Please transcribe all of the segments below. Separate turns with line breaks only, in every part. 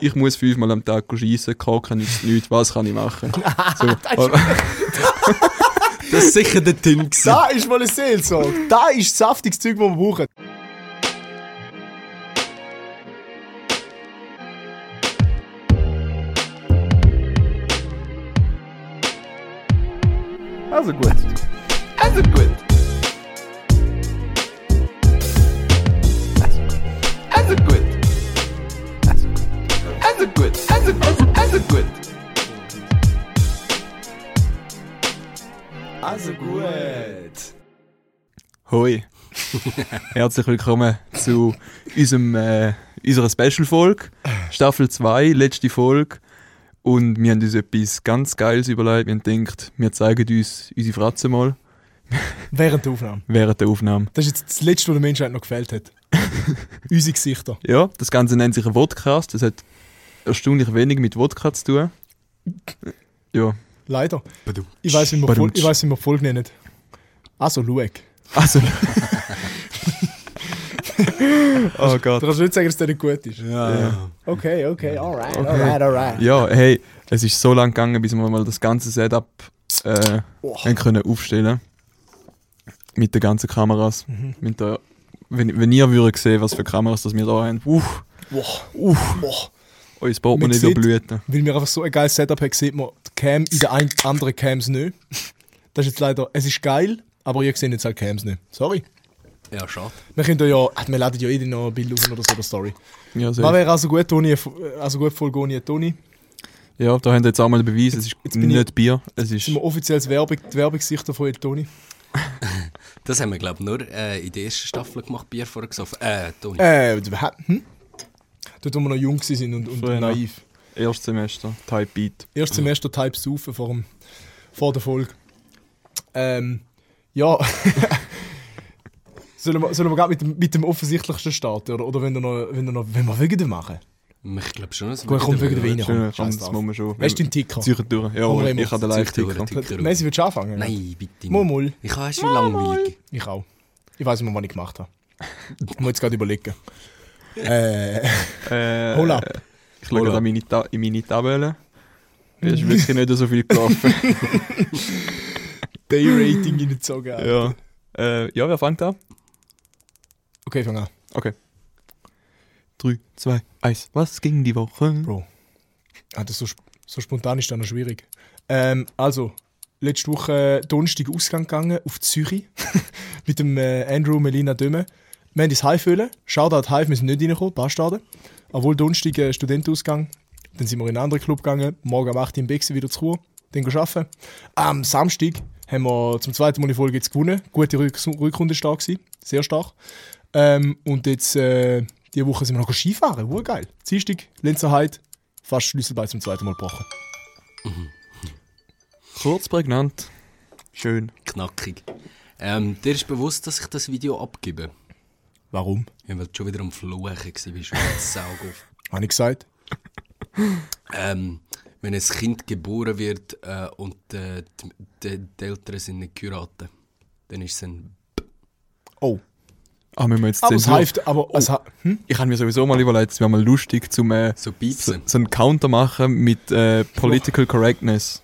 ich muss fünfmal am Tag schiessen, kochen ist nichts, was kann ich machen? So. Aber- das ist sicher der Tim. gewesen.
Da ist mal eine Seelsorge. Da ist saftiges Zeug, das wir brauchen.
Also gut.
Also gut. Also gut. Also gut. Also gut. Also gut.
Also gut.
Hoi. Herzlich willkommen zu unserem, äh, unserer Special-Folge. Staffel 2, letzte Folge. Und wir haben uns etwas ganz Geiles überlegt. Wir haben gedacht, wir zeigen uns unsere Fratze mal
Während der Aufnahme.
während der Aufnahme.
Das ist jetzt das Letzte, was der Menschheit noch gefällt hat. Unsere Gesichter.
Ja, das Ganze nennt sich ein Vodcast. Das hat erstaunlich wenig mit Wodka zu tun. Ja,
Leider. Ich weiß, wie wir Fol- ich weiss, wie wir die Folge nennen. Also, schau.
also... oh
Du
Gott.
kannst nicht sagen, dass der nicht gut ist.
Ja.
Okay, okay, alright, alright, alright.
Ja, hey, es ist so lang gegangen, bis wir mal das ganze Setup äh,
Oh.
haben können aufstellen Mit den ganzen Kameras.
Mhm.
Mit der, wenn, wenn ihr würdet sehen, was für Kameras das wir da haben, uff,
Boah, uff, boah.
euer Portemonnaie
Man
so
sieht-
blüten.
Weil wir einfach so ein geiles Setup haben, sieht man die Cam in den ein- anderen Cams nicht. Das ist jetzt leider, es ist geil, aber ihr seht jetzt halt Cams nicht. Sorry.
Ja, schade.
Wir können da ja, ah, wir laden ja eh noch ein Bild auf oder so, der Story.
Ja,
Was
so.
wäre also gut, Toni, äh, also gut Folge ohne Toni?
ja, da haben jetzt auch mal den Beweis, es ist
bin ich-
nicht Bier, es ist...
Sind wir offiziell das Werbung, die Werbegesichter von El Toni?
Das haben wir, glaube ich, nur äh, in der ersten Staffel gemacht, Bier vorher gesoffen. Äh, Toni.
Äh, hä? hm? Dort, wo wir noch jung waren und, und
Früher noch.
naiv.
Erstsemester, Type Beat.
Erst Semester Type saufen vor, dem, vor der Folge. Ähm, ja. sollen wir, sollen wir gerade mit dem, mit dem offensichtlichsten starten? Oder, oder wenn wir noch, wenn wir noch, wenn wir wegen dem machen?
Ich glaube schon, dass
Gut, komm, wegen der
oder?
Wein. Ja,
Schön, komm,
scheiß
das
drauf.
muss man schon.
Weißt du deinen Ticker?
Zürcher durch. Ja,
Komm,
ich
Remo,
habe den live
Zürcher
Ticker.
durch. Ticker raus.
Messi, willst du anfangen?
Nein, bitte nicht.
Mal, mal.
Ich habe schon langweilig.
Ich auch. Ich weiß nicht mehr, was ich gemacht habe. Ich muss jetzt gerade überlegen. Äh,
Äh,
hol ab.
Ich schaue gerade in meine Ta- in meine Tabelle. Es ist wirklich nicht so viel gelaufen.
Day-Rating reingezogen.
ja. Äh, ja, wer fängt an?
Okay, fang an.
Okay. 3, 2, 1. Was ging die Woche?
Bro. Ah, das so, sp- so spontan ist dann noch schwierig. Ähm, also, letzte Woche äh, Donnerstag Ausgang gegangen auf Zürich mit dem äh, Andrew Melina Döme. Wir haben ins Hive füllen. Shoutout Hive, wir sind nicht reingekommen, Bastarde. Obwohl Donnerstag äh, Studentenausgang. Dann sind wir in einen anderen Club gegangen. Morgen am 8 Uhr im Bexi wieder zu Chur. Dann gehen wir arbeiten. Am Samstag haben wir zum zweiten Mal in Folge jetzt gewonnen. Gute Rück Rückrunde stark gewesen. Sehr stark. Ähm, und jetzt, äh, diese Woche sind wir noch Skifahren. Urgeil. Dienstag, Lenzerheit, fast Schlüsselbein zum zweiten Mal gebrochen.
Kurz prägnant. Schön.
Knackig. Ähm, dir ist bewusst, dass ich das Video abgebe?
Warum?
Ja, weil du schon wieder am Fluchen warst und jetzt saug auf.
Habe ich gesagt.
Ähm, wenn ein Kind geboren wird äh, und äh, die, die, die Eltern sind nicht geheiratet, dann ist es ein...
Oh.
Ah, müssen wir jetzt
Aber es
Zensur-
hilft, aber es ha hm?
Ich habe mir sowieso mal überlegt, es wäre mal lustig, zum, äh,
So
so,
Beepsen.
so einen Counter machen mit äh, Political Correctness.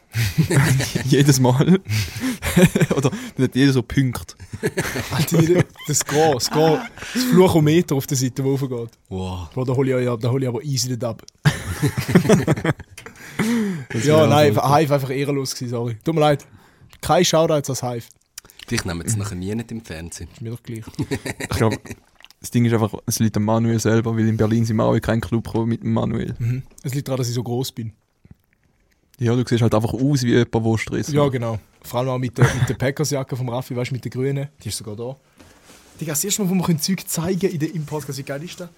Jedes Mal. Oder dann hat jeder so Punkt.
Alter, jeder- das Go, das Go, das Fluchometer auf der Seite, wo raufgeht.
Wow.
Bro, da hole ich euch ab, da hole ich aber easy nicht ab. ja, nein, Hive einfach ehrenlos gewesen, sorry. Tut mir leid. Kein Shoutouts als Hive.
Dich nehmen jetzt nachher nie nicht im Fernsehen.
Ist mir doch gleich.
Ich glaube, das Ding ist einfach, es liegt am Manuel selber, weil in Berlin sind wir auch in keinen Club gekommen mit dem Manuel.
Mhm. Es liegt daran, dass ich so groß bin.
Ja, du siehst halt einfach aus wie jemand, der Stress
Ja,
hat.
genau. Vor allem auch mit der, mit der Packersjacke vom Raffi, weißt du, mit der grünen. Die ist sogar da. Digga, das erste Mal, wo wir können Zeug zeigen in der, im Podcast, wie geil ist das?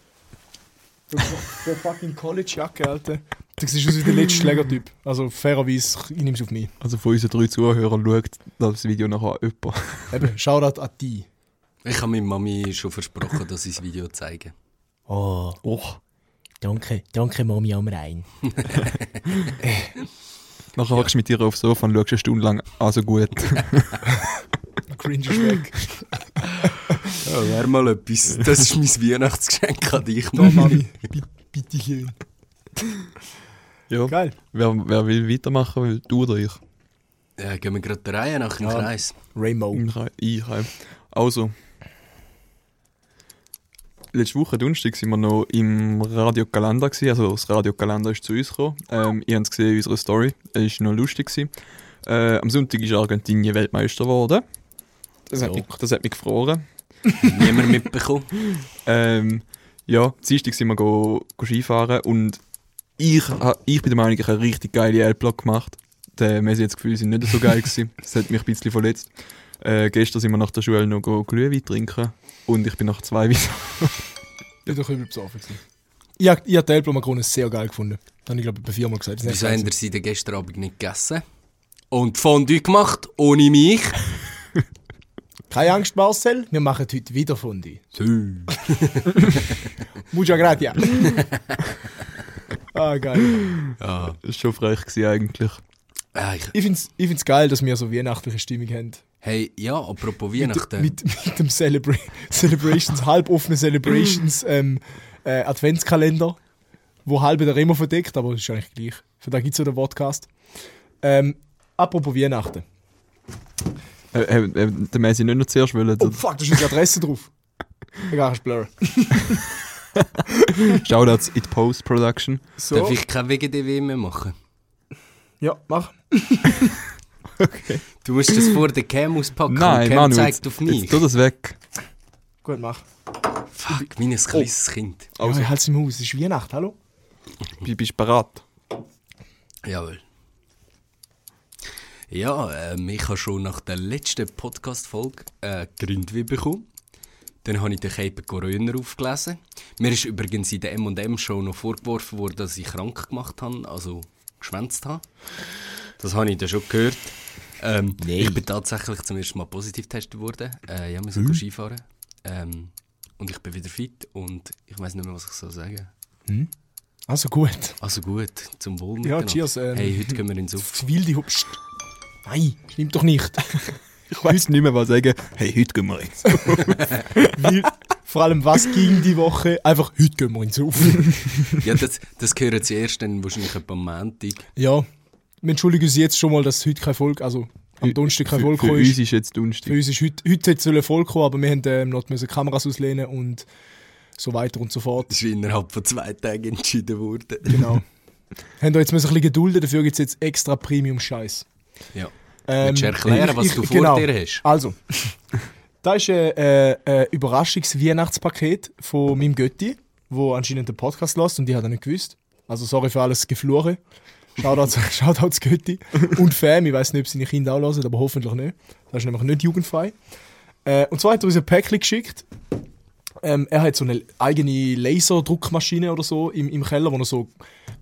So, so fucking College-Jacke, Alter. Du siehst aus wie der letzte Schlägertyp. Also fairerweise, ich nehme es auf mich.
Also von unseren drei Zuhörern schaut das Video nachher jemand.
Eben, Shoutout an die.
Ich habe meiner Mami schon versprochen, dass ich das Video zeige.
Oh,
Och.
danke, danke Mami am Rhein.
Nachher hockst du mit dir aufs Sofa und schaust eine Stunde lang also gut.
Cringe ist weg.
Ja, wäre mal etwas. Das ist mein Weihnachtsgeschenk an dich,
Da, Mami, bi- bitte schön.
Ja.
Geil.
Wer, wer will weitermachen? Will Du oder ich?
Ja, gehen wir gerade der Reihe nach im
Ja.
Kreis.
Rainbow.
Ich, ich. Also. Letzte Woche, Donnerstag, sind wir noch im Radio Kalender. Gewesen. Also, das Radio Kalender ist zu uns gekommen. Ähm, ihr habt es gesehen in unserer Story. Es war noch lustig. Gewesen. Äh, am Sonntag ist Argentinien Weltmeister geworden. Das hat,
So.
mich, das hat mich gefroren.
Niemand mitbekommen.
Ähm, ja, Dienstag sind wir go, go Skifahren und ich, ha- ich bin der Meinung, ich habe richtig geile Airblog gemacht. Der Messi hat das Gefühl, sie sind nicht so geil gewesen. Das hat mich ein bisschen verletzt. Äh, gestern sind wir nach der Schule noch go Glühwein trinken und ich bin nach zwei wieder.
Ich bin doch übel besoffen. gewesen. Ich habe hab die Elblomagone sehr geil gefunden. Das habe ich, glaube ich, etwa viermal gesagt. Das ist
Wieso
nicht
haben ihr sie denn gestern Abend nicht gegessen? Und Fondue gemacht, ohne mich?
Keine Angst, Marcel, wir machen heute wieder Fondue.
Sü.
Mucha gratia. ah, geil.
Ja.
Das war schon frech gewesen eigentlich.
Ah, ich,
Ich finde es ich find's geil, dass wir so weihnachtliche Stimmung haben.
hey, ja, apropos Weihnachten.
Mit, mit dem Celebra Celebrations, halboffenen Celebrations ähm, äh, Adventskalender, wo halb der Remo verdeckt, aber das ist eigentlich gleich. Für da gibt es ja den Podcast. Ähm, apropos Weihnachten.
Äh, äh, äh, der Messi nicht noch zuerst wollen.
Oh
Das
fuck, da ist unsere Adresse drauf. Egal, ist blur.
Oh. Shoutouts in die Post-Production.
So.
Darf ich kein WGDW mehr machen?
Ja, mach.
Du musst das vor der Cam auspacken.
Nein,
Cam
Manu,
zeigt
jetzt,
auf
jetzt
mich.
tu das weg.
Gut, mach.
Fuck, mein kleines Kind.
Ja, halt's im Haus, es ist Weihnachten, hallo?
Bi- Bist du bereit?
Jawohl. Ja, ähm, ich habe schon nach der letzten Podcast-Folge äh, Gründwein bekommen. Dann habe ich den Cape Corona aufgelesen. Mir ist übrigens in der M&M-Show noch vorgeworfen worden, dass ich krank gemacht habe, also geschwänzt habe. Das habe ich dann schon gehört. Ähm, ich bin tatsächlich zum ersten Mal positiv getestet worden. Äh, ja,
Hm?
wir sind Skifahren. Ähm, und ich bin wieder fit und ich weiß nicht mehr, was ich soll sagen.
Also gut.
Also gut, zum Wohl
Ja,
miteinander.
cheers, ähm.
hey, heute gehen wir in den Suff.
Das wilde Hubst. Nein, stimmt doch nicht.
Ich weiß nicht mehr, was sagen. Hey, heute gehen wir jetzt.
Wild. Vor allem, was ging die Woche? Einfach, heute gehen wir ins Auf.
Ja, das, das gehört zuerst dann wahrscheinlich etwa am Montag.
ja, wir entschuldigen uns jetzt schon mal, dass heute keine Folge, also am Donnerstag keine
Für,
Folge
für
gekommen
uns
ist.
ist jetzt Donnerstag.
Für uns ist heute, heute hätte es eine Folge kommen, aber wir haben ähm, noch müssen Kameras auslehnen und so weiter und so fort.
Das ist innerhalb von zwei Tagen entschieden worden.
Genau. haben da jetzt müssen ein bisschen gedulden, dafür gibt es jetzt extra Premium-Scheiß.
Ja. genau.
Ähm,
Willst du erklären, was du vor dir hast?
Also, da ist ein äh, äh, Überraschungs-Weihnachtspaket von meinem Götti, wo anscheinend den Podcast lässt und die hat er nicht gewusst. Also sorry für alles Gefluche. Shoutouts, Shoutouts Götti und Fam. Ich weiß nicht, ob seine Kinder auch hören, aber hoffentlich nicht. Das ist nämlich nicht jugendfrei. Äh, und zwar hat er uns ein Päckchen geschickt. Ähm, er hat so eine eigene Laserdruckmaschine oder so im, im Keller, wo er so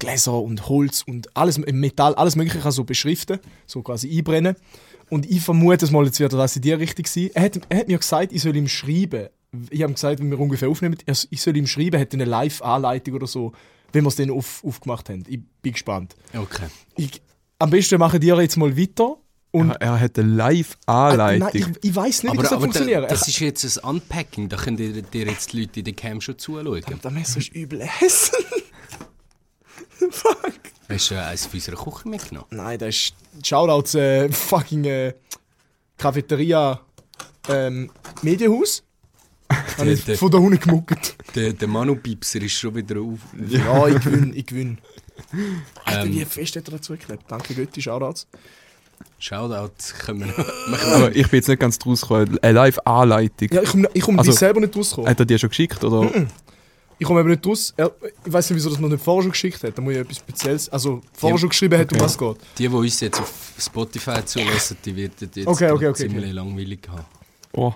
Gläser und Holz und alles, äh, Metall, alles Mögliche kann so beschriften, so quasi einbrennen. Und ich vermute es mal, jetzt wird das in die Richtung sein. Er hat, er hat mir gesagt, ich soll ihm schreiben. Ich habe ihm gesagt, wenn wir ungefähr aufnehmen, er s- ich soll ihm schreiben, er hat eine Live-Anleitung oder so, wenn wir es dann auf, aufgemacht haben. Ich bin gespannt.
Okay.
Ich, am besten machen die jetzt mal weiter. Und,
Er, er hat eine
Äh, Nein,
Live-Anleitung.
ich, ich weiß nicht, wie
Aber,
das soll
aber da,
funktionieren Er-
das ist jetzt ein Unpacking, da können dir, dir jetzt die Leute in der Cam schon zuschauen.
Das Messer ist übel hässlich. Fuck.
Hast du äh, eins von unserer Küche mitgenommen?
Nein, das ist Shoutouts äh, fucking äh, Cafeteria ähm, Medienhaus. Habe ich
Der-
von da unten gemuckert.
Der, der Manu-Pipser ist schon wieder auf.
Ja, ich gewinne, ich gewinne. Alter,
Ähm.
wie fest hat er da zurückgelebt? Danke, Götti, Shoutouts.
Shoutout, können wir noch.
Aber ich bin jetzt nicht ganz draus gekommen. Eine Live-Anleitung.
Ja, ich komme ich komm
Also-
also, selber nicht rausgekommen.
Hat er dir schon geschickt, oder?
Ich komme eben nicht raus. Er- Ich weiß nicht, wieso das man nicht vorher schon geschickt hat. Da muss ich etwas Spezielles. Also, vorher schon geschrieben hat, um was es geht.
Die, die uns jetzt auf Spotify zulassen, die werden jetzt
Okay, okay,
gerade
okay,
ziemlich
okay.
langweilig haben.
Oh.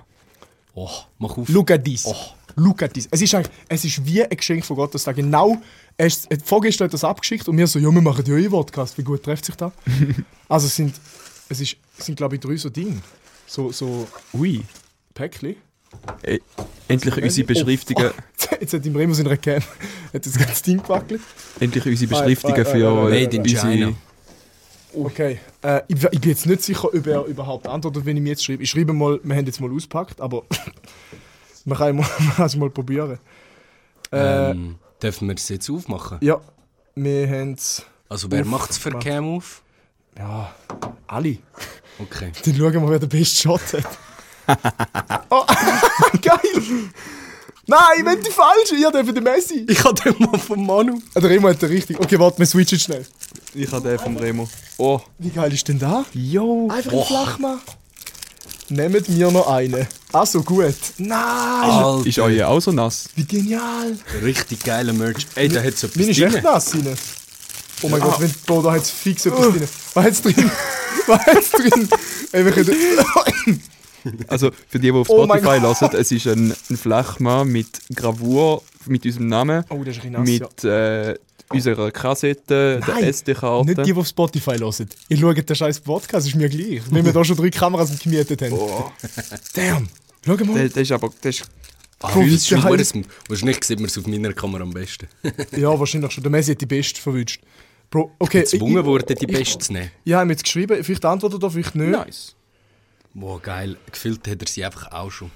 Oh, mach auf.
Look at this.
Oh.
Look at this. Es ist, eigentlich, es ist wie ein Geschenk von Gott, dass da genau. Er ist, er- vorgestern hat er das abgeschickt und wir so, ja, wir machen ja eh Podcast. Wie gut trifft sich da? also, es sind, es ist, es sind glaube ich, drei so Dinge. So, so
Ui.
Päckchen.
Ey, endlich unsere Beschriftungen,
Jetzt hat im Remo seiner Cam hat das ganze Ding gewackelt.
endlich unsere Beschriftungen
Nein, nein, nein,
für
nein,
äh,
Made in
unsere-
China.
Okay. Äh, ich, w- ich bin jetzt nicht sicher, ob er überhaupt antwortet, wenn ich mir jetzt schreibe. Ich schreibe mal, wir haben jetzt mal auspackt, aber man kann es mal, man kann es mal probieren. Äh,
Ähm, dürfen wir es jetzt aufmachen?
Ja. Wir haben es.
Also wer
Uff,
macht es für
Mann.
Cam auf?
Ja, alle.
Okay.
Dann schauen wir mal, wer den besten Shot hat. oh, geil! Nein, ich will die falsche! Ich habe den Messi!
Ich habe den mal vom Manu.
Ah, Der Remo hat den richtig. Okay, warte, wir switchen schnell.
Ich habe den vom Remo. Oh,
Wie geil ist denn da?
yo.
Einfach einen Flachmann. Nehmt mir noch einen. Ah, so gut. Ah. Nein!
Alter,
Ist euer auch so nass?
Wie genial!
richtig geiler Merch. Ey, da hat so etwas
Meine ist
drin.
echt nass rein. Oh mein Gott, wenn, boah, da hat fix etwas drin. Was hat's drin? Was hat's drin? Uh. Ey, wir können...
Also für die, die auf
Oh mein
Spotify
Gott.
hören, es ist ein, ein Flachmann mit Gravur, mit unserem Namen,
Oh, das ist ein bisschen nass,
mit äh, unserer Kassette,
Nein,
der SD-Karte.
Nicht die, die auf Spotify hören. Ihr schaut den scheiß Podcast, ist mir gleich. Wenn wir da schon drei Kameras gemietet haben.
Oh.
Boah.
Damn! Schau
Der,
mal.
der ist aber der ist
Ah,
Komm,
das ist schon
geil.
verdammt smooth. Wahrscheinlich sieht man es auf meiner Kamera am besten.
Ja, wahrscheinlich schon. Der Messi hat die Beste verwünscht. Bro, okay.
Gezwungen
ich-
wurde, die
ich-
Beste zu nehmen.
Ich habe ihm jetzt geschrieben, vielleicht antwortet er, vielleicht nicht.
nice.
Boah, geil. Gefühlt hat er sie einfach auch schon.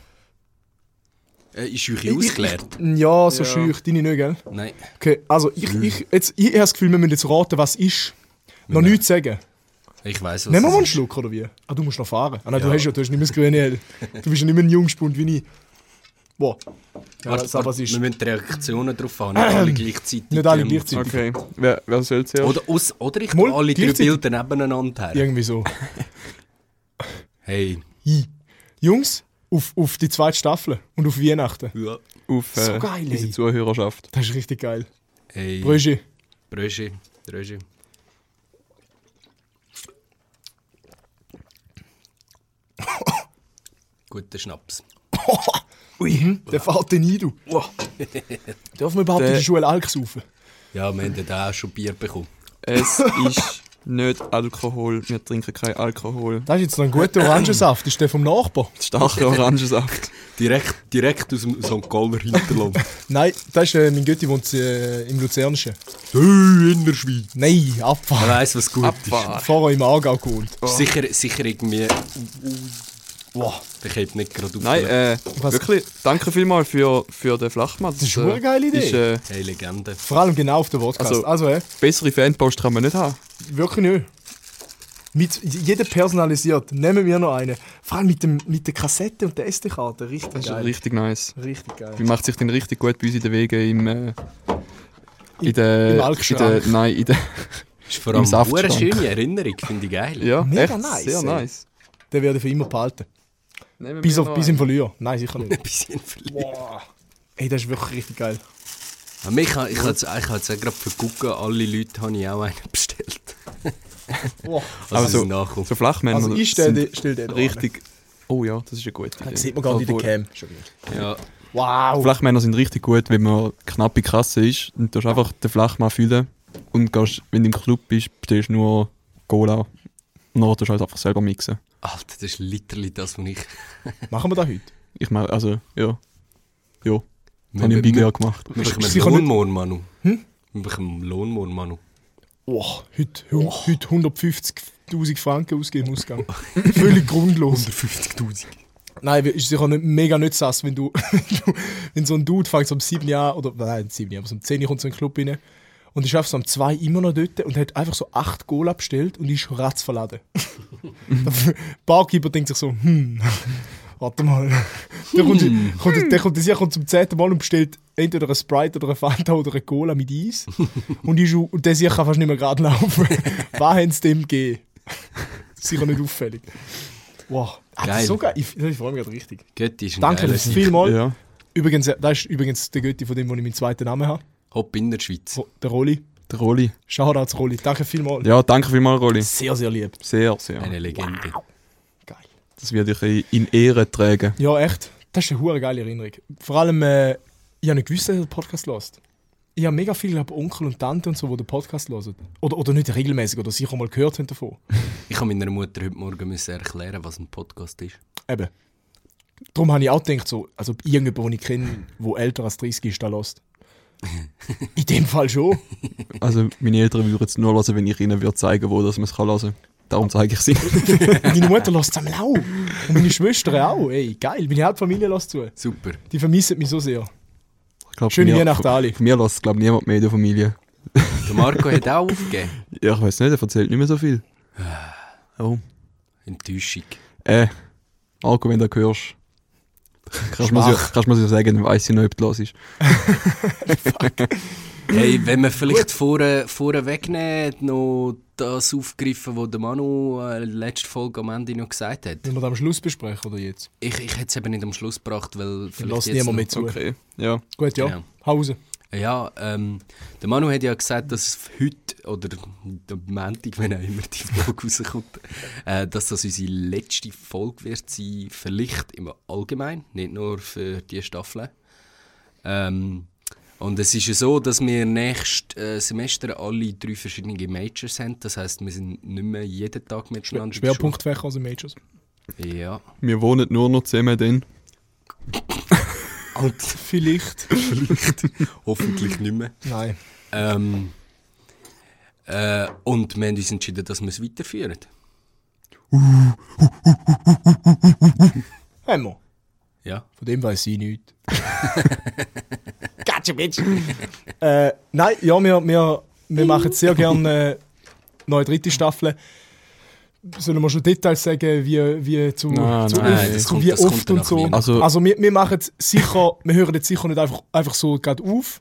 Äh, ist euch
Ich- ich-
ausgeleert?
Ja, so schüch. Deine nicht, gell?
Nein.
Okay, also ich, ich, jetzt, ich habe das Gefühl, wir müssen jetzt raten, was ist. Noch
Nein.
nichts sagen.
Ich weiß was.
Nehmen wir
es
mal einen
ist.
Schluck, oder wie? Ah, du musst noch fahren. Ah, nein, du
Ja.
hast ja, du hast nicht mehr das grüne L. Du bist ja nicht mehr ein Jungspund wie ich. Boah. Ja,
Warte,
das aber es
warte,
ist.
Wir müssen die Reaktionen drauf haben. Nicht alle gleichzeitig.
Nicht alle
ähm,
gleichzeitig.
Okay, wer, wer soll zuerst?
Oder, aus, oder ich
Mal
tue alle drei
gleichzeitig.
Bilder nebeneinander her.
Irgendwie so.
Hey.
I. Jungs, auf, auf die zweite Staffel und auf Weihnachten.
Ja.
auf
so
äh,
geil, ey.
unsere Zuhörerschaft.
Das ist richtig geil.
Hey.
Bröschi.
Bröschi. Bröschi. Guter Schnaps.
Ui, Mhm. der fährt den ein, du. Darf man überhaupt in der
Der-
Schule Alk saufen?
Ja, wir haben da auch schon Bier bekommen.
Es ist nicht Alkohol, wir trinken keinen Alkohol.
Das ist jetzt noch ein guter Orangensaft. Ist der vom Nachbar?
Starker Orangensaft.
Direkt, direkt aus dem St. Galler Hinterland.
Nein, das ist äh, mein Götti, wohnt äh, im Luzernischen.
hey, in der Schweiz.
Nein,
Man
abfahren.
weiss, was gut
Abfahrt.
Vorher im Aargau gewohnt.
ist. Sicher, sicher irgendwie.
Wow,
Der kommt nicht gerade auf.
Nein, äh,
Was-
wirklich, danke vielmals für, für den Flachmann. Das,
ist eine geile Idee.
Ist, äh,
Hey, Legende.
vor allem genau auf den Podcast. Also,
Also-
äh,
bessere Fanpost kann man nicht haben.
wirklich nicht. Mit, jeder personalisiert. Nehmen wir noch einen. Vor allem mit, dem, mit der Kassette und der SD-Karte. Richtig
Das ist
geil.
richtig nice.
Richtig geil.
Wie macht sich denn richtig gut bei uns in den Wegen im. Äh, in der,
im
in
Alkschrank.
der, Nein, in der.
Ist vor
Im
allem
Saftschrank.
eine schöne Erinnerung, finde ich geil.
Ja,
Mega
echt,
nice,
Sehr
ey.
nice.
Den werde ich für immer behalten.
Nehmen
Bis,
wir
auf,
noch
bis im Verlierer. Nein, sicher nicht.
Ein bisschen verliebt.
Boah. Ey, das ist wirklich richtig geil.
Aber ich habe ich habe jetzt ich habe jetzt auch gerade für Gucken, alle Leute habe ich auch einen bestellt.
Boah.
Also, also
so-
es nachkommt.
So Flachmänner.
Also ich stell den- stell den da
Richtig. Oh ja, das ist eine gute Idee.
Das sieht man gerade in der
Obwohl,
Cam.
Ja,
Wow.
Flachmänner sind richtig gut, wenn man knappe Kasse ist. Und du einfach den Flachmann füllen. Und gehst, wenn du im Club bist, bestellst du nur Cola. Und dann tust du halt einfach selber mixen.
Alter, das ist literally das, was ich...
Machen wir das heute?
Ich meine, also, ja. Ja, habe ich
Wir-
im Big Air gemacht.
Wir bekommen
sicher
einen Lohnmoor, Manu.
Hm?
Wir bekommen einen Lohnmoor, Manu.
Oh, heute, hu- heute 150.000 Franken ausgeben im Ausgang. Völlig grundlos.
50'000.
Nein, wir- ist sicher nicht, mega nicht sass, wenn du, wenn du, wenn so ein Dude fängt so um 7 Jahre, oder nein, 7 Jahre, aber so um 10 Uhr kommt so ein Club rein und ist einfach so um 2 immer noch dort und hat einfach so 8 Goal abgestellt und ist ratzverladen. der Barkeeper denkt sich so, hm, warte mal. Der kommt,
Hm.
kommt, der kommt, der kommt zum 10. Mal und bestellt entweder einen Sprite oder eine Fanta oder eine Cola mit Eis und, ist, au- und der sicher kann fast nicht mehr gerade laufen. Was haben sie dem gegeben? Sicher nicht auffällig. Wow, ah, das
Geil.
ist so geil. Ich, ich freue mich gerade richtig.
Götti ist ein
Danke
geiler
fürs
Typ.
vielmal.
Ja.
Übrigens, äh, das ist übrigens der Götti, von dem wo ich meinen zweiten Namen habe.
Hopp in der Schweiz.
Ro- Der Rolli.
Der Rolli.
Shoutouts Rolli. Danke vielmal.
Ja, danke vielmals, Rolli.
Sehr, sehr lieb.
Sehr, sehr.
Eine Legende.
Geil.
Das werde ich in- in Ehre tragen.
Ja, echt. Das ist eine hure geile Erinnerung. Vor allem, äh, ich habe nicht gewusst, dass ihr den Podcast hört. Ich habe mega viele glaub, Onkel und Tante und so, die den Podcast hören. Oder, oder nicht regelmäßig, oder sicher mal gehört haben davon.
Ich habe meiner Mutter heute Morgen müssen erklären, was ein Podcast ist.
Eben. Darum habe ich auch gedacht, so, als ob irgendjemand, den ich kenne, der älter als 30 ist, da hört. In dem Fall schon.
Also meine Eltern würden es nur hören, wenn ich ihnen würde zeigen würde, dass man es kann hören kann. Darum zeige ich es ihnen.
Meine Mutter lässt es am Lau. Und meine Schwester auch. Ey, geil. Meine halbe Familie lässt zu.
Super.
Die vermissen mich so sehr.
Ich glaub,
Schöne
mir-
Weihnachten alle.
Von mir lässt es, glaube ich, niemand mehr in der Familie.
Der Marco hat auch aufgegeben.
Ja, ich weiß nicht, er erzählt nicht mehr so viel. Oh.
Enttäuschung.
Äh, Marco, wenn du das hörst, kannst du mir ja- kannst du mir ja sagen, dann weiss ich noch, ob du los ist.
Hey, wenn wir vielleicht vorne, vorne wegnehmen, noch das aufgreifen, was der Manu äh, letzte Folge am Ende noch gesagt hat.
Wenn wir das am Schluss besprechen oder jetzt?
Ich, ich hätte es eben nicht am Schluss gebracht, weil
Dann
vielleicht
lass
jetzt noch,
niemand mit zu.
ja.
Gut, ja.
Genau.
Hau raus.
Ja, ähm, der Manu hat ja gesagt, dass heute oder am Montag, wenn auch immer die Folge rauskommt, äh, dass das unsere letzte Folge wird sein, vielleicht im Allgemeinen, nicht nur für die Staffel. Ähm, und es ist ja so, dass wir nächstes äh, Semester alle drei verschiedene Majors haben. Das heißt, wir sind nicht mehr jeden Tag miteinander. in der
Schwerpunktfächer aus den Majors.
Schule. Ja.
Wir wohnen nur noch zusammen dann.
Und
Vielleicht.
hoffentlich nicht mehr.
Nein.
Ähm, äh, und wir haben uns entschieden, dass wir es weiterführen.
Einmal.
Ja.
Von dem weiß ich nichts. Gotcha, bitch! äh, nein, ja, wir, wir, wir machen sehr gerne äh, neue dritte Staffel. Sollen wir schon Details sagen, wie, wie zu,
Nein,
zu
Ah, nein,
oft,
das
zu
kommt-
wie
das kommt
oft
dann
und so?
nachher.
Also-
Also, wir, wir machen es sicher, wir hören jetzt sicher nicht einfach, einfach so gerade auf,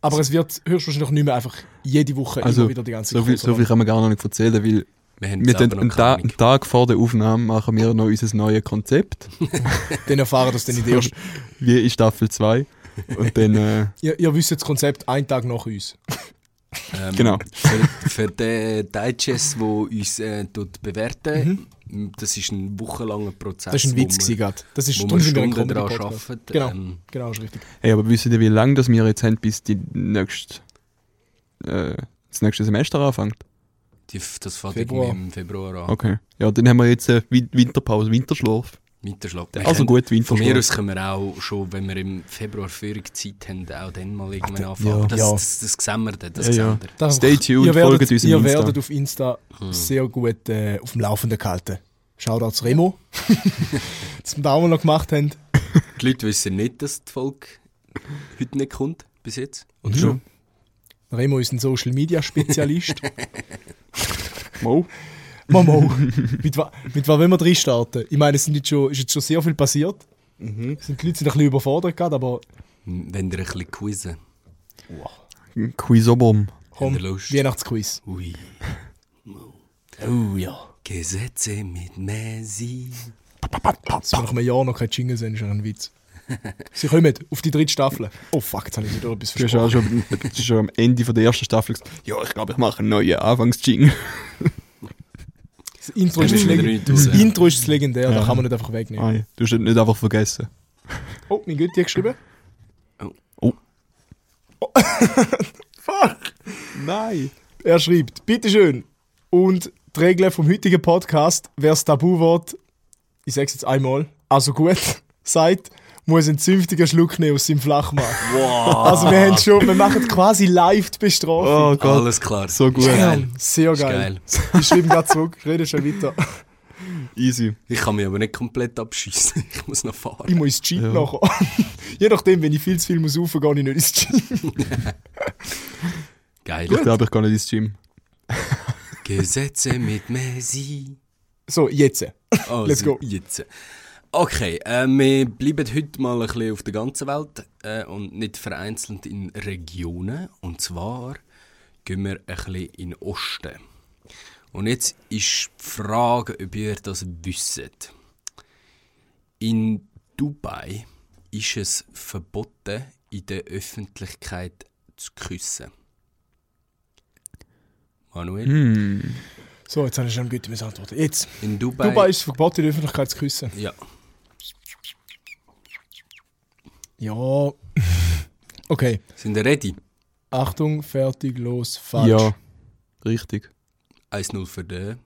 aber es wird höchstwahrscheinlich nicht mehr einfach jede Woche
Also,
immer wieder die ganze
so viel, so viel kann man gar noch nicht erzählen, weil
Wir haben
wir
mit
den,
den,
einen, Ta einen Tag vor der Aufnahme machen wir noch unser neues Konzept.
Dann erfahren das dann in der ersten.
Wie in Staffel 2. Und dann, äh,
Ihr, ihr wisst das Konzept einen Tag nach uns.
ähm,
genau.
Für, für den Digest, der uns äh, tut bewerten das ist ein wochenlanger Prozess.
Mhm. Das war ein Witz.
wo
gewesen
wir,
gerade. Das ist
wo wir
darum sind wir ein
Stunden daran
Comedy-Podcast.
arbeiten.
Genau,
Ähm,
genau, ist richtig.
Hey, aber wisst ihr, wie lange das wir jetzt haben, bis die nächste, äh, das nächste Semester anfängt?
die, das fängt
Februar.
irgendwie im Februar an.
Okay. Ja, dann haben wir jetzt äh, Win- Winterpause, Winterschlaf.
Winterschlaf. Wir
Also
können-
gut,
Von mir
Winterschlaf.
aus können wir auch schon, wenn wir im Februar Zeit haben, auch dann mal irgendwann anfangen.
Ah, ja.
Aber das,
Ja.
das, das sehen wir dann. Das
Ja, ja.
sehen wir.
Das
Stay tuned,
ihr werdet,
folgt uns im
Ihr
Insta. Hm.
werdet auf Insta sehr gut äh, auf dem Laufenden gehalten. Shoutouts Remo, dass wir da auch noch gemacht haben.
Die Leute wissen nicht, dass die Folge heute nicht kommt, bis jetzt. Oder
Ja.
schon?
Hm. Remo ist ein Social Media Spezialist.
Mo?
Mamo, mit, wa- mit was wollen wir drin starten? Ich meine, es sind jetzt schon, ist jetzt schon sehr viel passiert. Sind die Leute sind ein bisschen überfordert gerade, aber
Wenn ihr ein bisschen quizzen.
Quizobom.
komm,
Habt ihr Lust?
Weihnachtsquiz.
Ui.
Oh ja.
Gesetze mit Messi.
Dass wir nach einem Jahr noch kein Jingle sind, ist ja ein Witz. Sie kommen auf die dritte Staffel. Oh fuck, jetzt habe ich wieder etwas
Du hast auch
versprochen.
schon, du hast schon am Ende von der ersten Staffel gesagt, ja, ich glaube, ich mache einen neuen Anfangsjing.
Das Intro
Kommst
ist, das
du wieder
Legen-
nicht raus.
das Intro ist das legendär, da
Ja. Ah,
kann man nicht einfach wegnehmen.
Nein, du hast ihn nicht einfach vergessen.
Oh, mein Götti hat geschrieben.
Oh.
Nein.
Er schreibt, bitteschön. Und die Regeln vom heutigen Podcast, wer das Tabuwort, ich sag's jetzt einmal, also gut, sagt, muss einen zünftigen Schluck nehmen aus seinem Flachmann. Also wir haben schon, wir machen quasi live die Bestrafung.
Oh Gott,
Alles klar.
so gut.
Ist geil.
Sehr
Ist
geil.
geil.
Ich schreibe gerade zurück, ich rede schon weiter.
easy.
Ich kann mich aber nicht komplett abschießen. Ich muss noch fahren.
Ich muss ins Jeep
Ja.
nachher. Je nachdem, wenn ich viel zu viel muss rauf, gehe ich nicht ins Jeep.
Geil.
Ich glaube, ich gehe nicht ins Gym.
Gesetze mit Messi.
So, jetzt.
Also,
Let's go.
Jetzt. Okay, äh, wir bleiben heute mal ein bisschen auf der ganzen Welt äh, und nicht vereinzelt in Regionen. Und zwar gehen wir ein bisschen in den Osten. Und jetzt ist die Frage, ob ihr das wisst. In Dubai ist es verboten, in der Öffentlichkeit zu küssen. Manuel,
Hm.
So, jetzt habe ich schon Güte müssen antworten. Jetzt.
in Dubai...
Dubai ist verboten, in der Öffentlichkeit zu küssen.
Ja,
Ja. Okay.
sind ihr ready?
Achtung, fertig, los, falsch.
Ja, richtig.
1-0 für den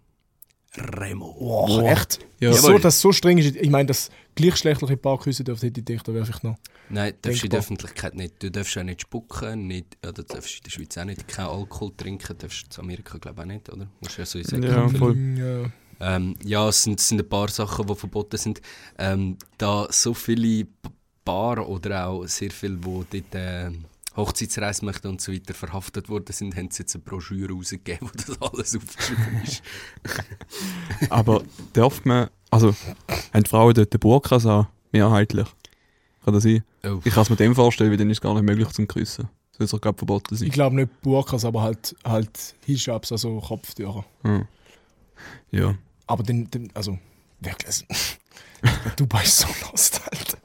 Remo.
Boah, echt?
Ja.
so,
Jawohl.
dass es so streng ist. Ich meine, dass gleichschlechtliche Paar küssen dürfen, hätte ich gedacht, da wäre ich noch.
Nein, darfst du in
Denkbar.
der Öffentlichkeit nicht. Du darfst auch nicht spucken, nicht, ja, du darfst in der Schweiz auch nicht keinen Alkohol trinken, darfst du in Amerika glaube ich auch nicht, oder? Musst du ja so in
Ja, voll.
Mm, Ja.
Ähm, ja, es sind, es sind ein paar Sachen, die verboten sind. Ähm, da so viele P- Paare oder auch sehr viele, die dort ähm, Hochzeitsreismächte und so weiter verhaftet worden sind, haben sie jetzt eine Broschüre rausgegeben, wo das alles aufgeschrieben ist.
Aber darf man, also, haben die Frauen dort den Burkas an, mehrheitlich? Kann das sein?
Oh.
Ich kann es mir dem vorstellen, weil dann ist es gar nicht möglich zum Küssen. Das wird doch gerade verboten sein.
Ich glaube nicht Burkas, aber halt, halt Hijabs, also Kopftücher.
Ja.
Aber dann, dann also, wirklich. Dubai ist so lost, Alter.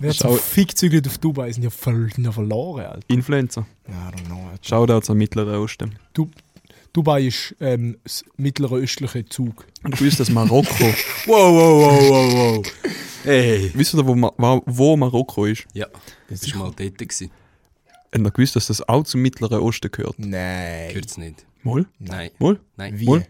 Wer hat so Fickzügel auf Dubai? Sind ja, voll, sind ja verloren, Alter.
Influencer.
I don't know, Alter.
Shoutouts am Mittleren Osten.
Du, Dubai ist ähm, das mittlere östliche Zug.
Und du weißt, dass Marokko.
Wow, wow, wow, wow, wow. Ey.
wisst ihr, wo, Ma wa- wo Marokko ist?
Ja, das war mal dort. Gewesen.
Habt ihr gewusst, dass das auch zum Mittleren Osten gehört?
Nein.
Hört's nicht.
Moll?
Nein.
Moll?
Nein.
Wie?
Wohl.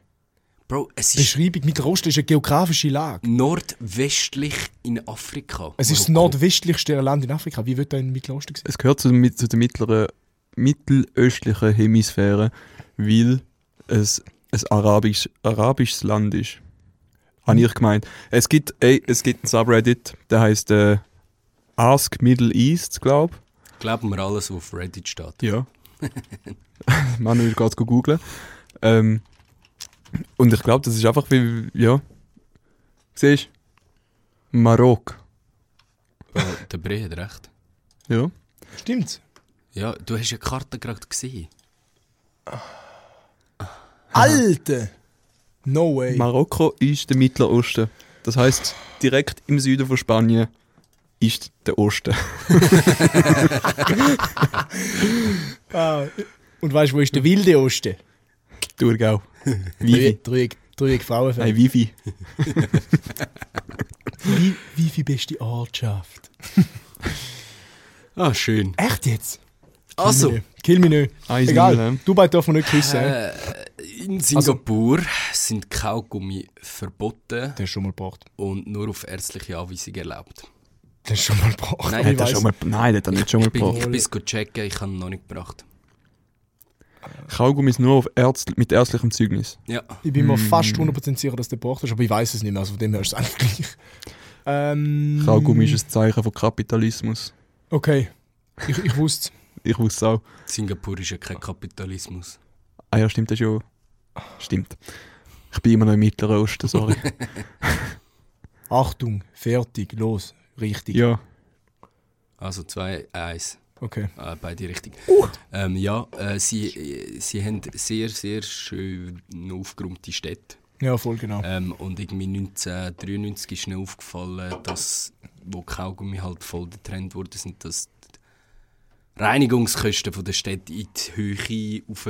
Bro, es ist
Beschreibung mit Rost ist eine geografische Lage.
nordwestlich in Afrika.
Es ist das
Marokko.
nordwestlichste Land in Afrika. Wie wird da in Mittelosten gesehen?
Es gehört zu, dem- zu der mittleren, mittelöstlichen Hemisphäre, weil es ein arabisch, arabisches Land ist. Habe ich gemeint. Es gibt, ey, es gibt ein Subreddit, der heißt äh, Ask Middle East, glaube
Glauben wir alles, was auf Reddit steht.
Ja. Manuel geht es googeln. Ähm, und ich glaube, das ist einfach wie, ja. Siehst du? Marokk.
Bro, der Brie hat recht.
Ja.
Stimmt's?
Ja, du hast ja die Karte gerade gesehen.
Alter! No way.
Marokko ist der Mittlere Osten. Das heißt, direkt im Süden von Spanien ist der Osten.
ah. Und weißt du, wo ist der wilde Osten?
Thurgau. Vivi.
Traurig, traurig Frauenfeld.
Nein, Vivi.
Wie, wie viel beste Ortschaft?
Ah, schön.
Echt jetzt? Ah,
Also,
Kill mich nicht.
Eins null,
Egal,
ne?
Dubai darf man nicht küssen. hä?
äh, in Singapur sind Kaugummi verboten
Der ist schon mal gebracht.
und nur auf ärztliche Anweisung erlaubt.
Der ist schon mal gebracht.
Nein,
ich
Hat er
weiss.
schon mal, nein, der hat er nicht schon mal
Ich bin, ich
gebracht.
bin es checken, ich habe ihn noch nicht gebracht.
Kaugummi ist nur auf Ärzt, mit ärztlichem Zeugnis.
Ja,
Ich bin mir fast 100% sicher, dass der gebracht ist, aber ich weiß es nicht mehr. Also von dem her ist es eigentlich gleich. Ähm,
Kaugummi ist ein Zeichen von Kapitalismus.
Okay. Ich, ich wusste
Ich wusste es auch.
Singapur ist ja kein Kapitalismus.
Ah ja, stimmt das schon. Stimmt. Ich bin immer noch im Mittleren Osten, sorry.
Achtung, fertig, los. Richtig.
ja.
Also zwei, eins.
Okay.
Ah, beide richtig. Ähm, ja, äh, sie, äh, sie haben sehr, sehr schön aufgeräumte Städte.
Ja, voll genau.
Ähm, und irgendwie 1993 ist ihnen aufgefallen, dass, wo Kaugummi halt voll der Trend wurde, sind, dass die Reinigungskosten von der Stadt in die Höhe auf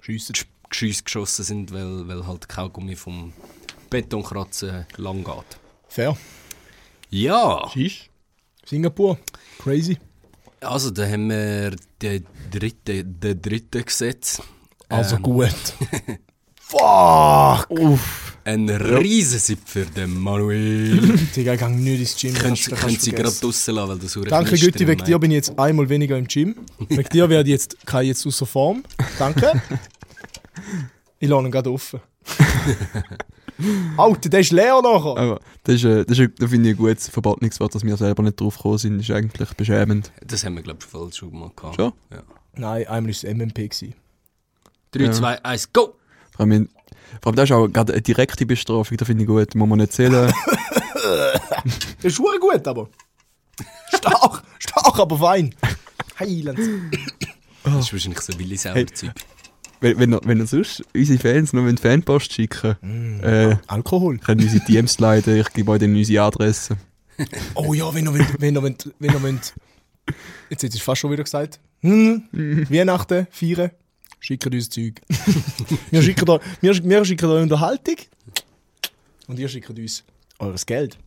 Schiessen.
Geschoss geschossen sind, weil, weil halt Kaugummi vom Betonkratzen lang geht.
Fair.
Ja,
Singapur. Crazy.
also da haben wir den dritten, den dritten Gesetz.
Also
Ähm,
gut. Fuck!
Uff.
Ein Riesensipp für den Manuel.
Digga, ich gehe nicht ins Gym. kannst-
Könntest könnt
kannst
sie gerade
vergessen.
draussen lassen, weil das verdammt
Danke
knistert
Gütti, wegen
im
dir
Magen.
bin ich jetzt einmal weniger im Gym. Wegen dir werde ich jetzt, kann ich jetzt außer Form. Danke. Ich lade ihn gerade offen. Alter, der ist leer nachher.
Aber das ist, äh, das ist, das finde ich ein gutes Verbotenungswort, dass wir selber nicht drauf gekommen sind, ist eigentlich beschämend.
Das haben wir, glaube ich, voll schon mal gehabt.
Schon?
Ja.
Nein, einmal war es MMP. gewesen.
3, 2, 1,
Oh.
go!
Vor allem, vor allem das ist auch gerade eine direkte Bestrafung, das finde ich gut, muss man nicht zählen.
Das ist schon gut, aber. Stark, stark, aber fein. Heiland.
Das ist wahrscheinlich so ein willi sauer zeug
wenn, wenn, ihr- wenn ihr sonst unsere Fans noch wollt Fanpost schicken äh,
Alkohol.
können unsere DMs leiten, ich gebe euch dann unsere Adresse.
Oh ja, wenn ihr wollt, wenn ihr wollt, wenn ihr wollt. Jetzt hättest du es fast schon wieder gesagt. Hm, Weihnachten, feiern, schickt uns Zeug. wir, schicken da, wir, wir schicken da Unterhaltung und ihr schickt uns eures Geld.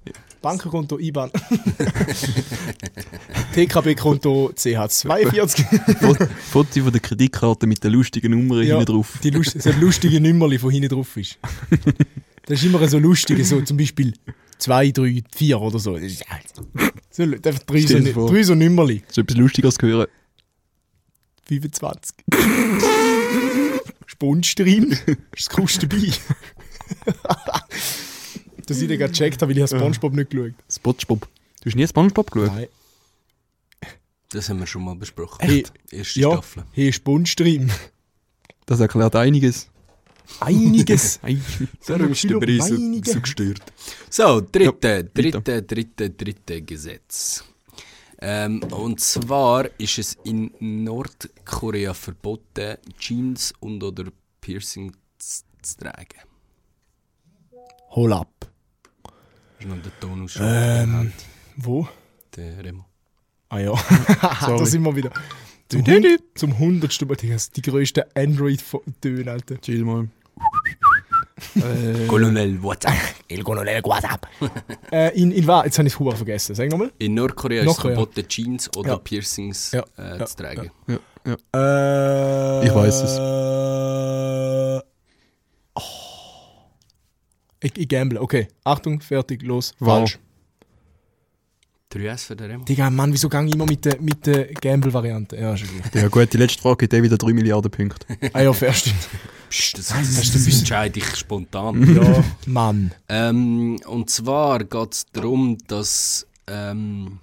Bankkonto, IBAN. TKB-Konto CH42.
Fot- Foto von der Kreditkarte mit der lustigen Nummer
Ja,
hinten drauf.
Die Lust, so lustige Nummerli, die hinten drauf ist. Das ist immer so lustig, so zum Beispiel 2, 3, 4 oder so. Das ist halt So, einfach drei, so,
Stell dir vor.
drei so Nummerli.
Das ist etwas Lustigeres zu hören.
25. Spundstream. Ist das Kost dabei? Dass ich den gerade gecheckt habe, weil ich habe Spongebob nicht geschaut
Äh,
Spongebob. Du hast nie Spongebob geschaut?
Nein.
Das haben wir schon mal besprochen.
Echt?
Erste
Ja,
Staffel.
hier ist Bundstream.
Das erklärt einiges.
Einiges.
Darum ist der Preis so,
Meinungen.
so gestört. So, dritte,
weiter.
dritte, dritte, dritte Gesetz. Ähm, und zwar ist es in Nordkorea verboten, Jeans und oder Piercing zu, zu tragen.
Hol ab.
Hast du noch den Ton aus
Ähm. Wo?
Der Remo.
Ah ja, da sind wir wieder. Zum, Hund, zum hundertsten Mal, Digga, das sind die grössten Android-Töne, Alter.
Chill mal.
Colonel WhatsApp.
El Colonel WhatsApp. äh, in, in was? Jetzt habe ich es vergessen. Sag nochmal.
In Nordkorea ist es
Nordkorea.
verboten, Jeans oder
Ja.
Piercings
Ja.
Äh,
Ja.
zu tragen.
Ja, ja.
Äh,
Ich weiß es.
Äh, oh. ich, ich gamble. Okay, Achtung, fertig, los.
Wow.
Falsch.
3S für den Remo.
Digga, Mann, wieso gang ich immer mit der, mit der Gamble-Variante? Ja, schon gut.
Ja gut, die letzte Frage gibt eh wieder 3 Milliarden Punkte.
ah ja, fair, stimmt.
Psst, das, das, das entscheide ich spontan.
ja, Mann.
Ähm, und zwar geht es darum, dass ähm,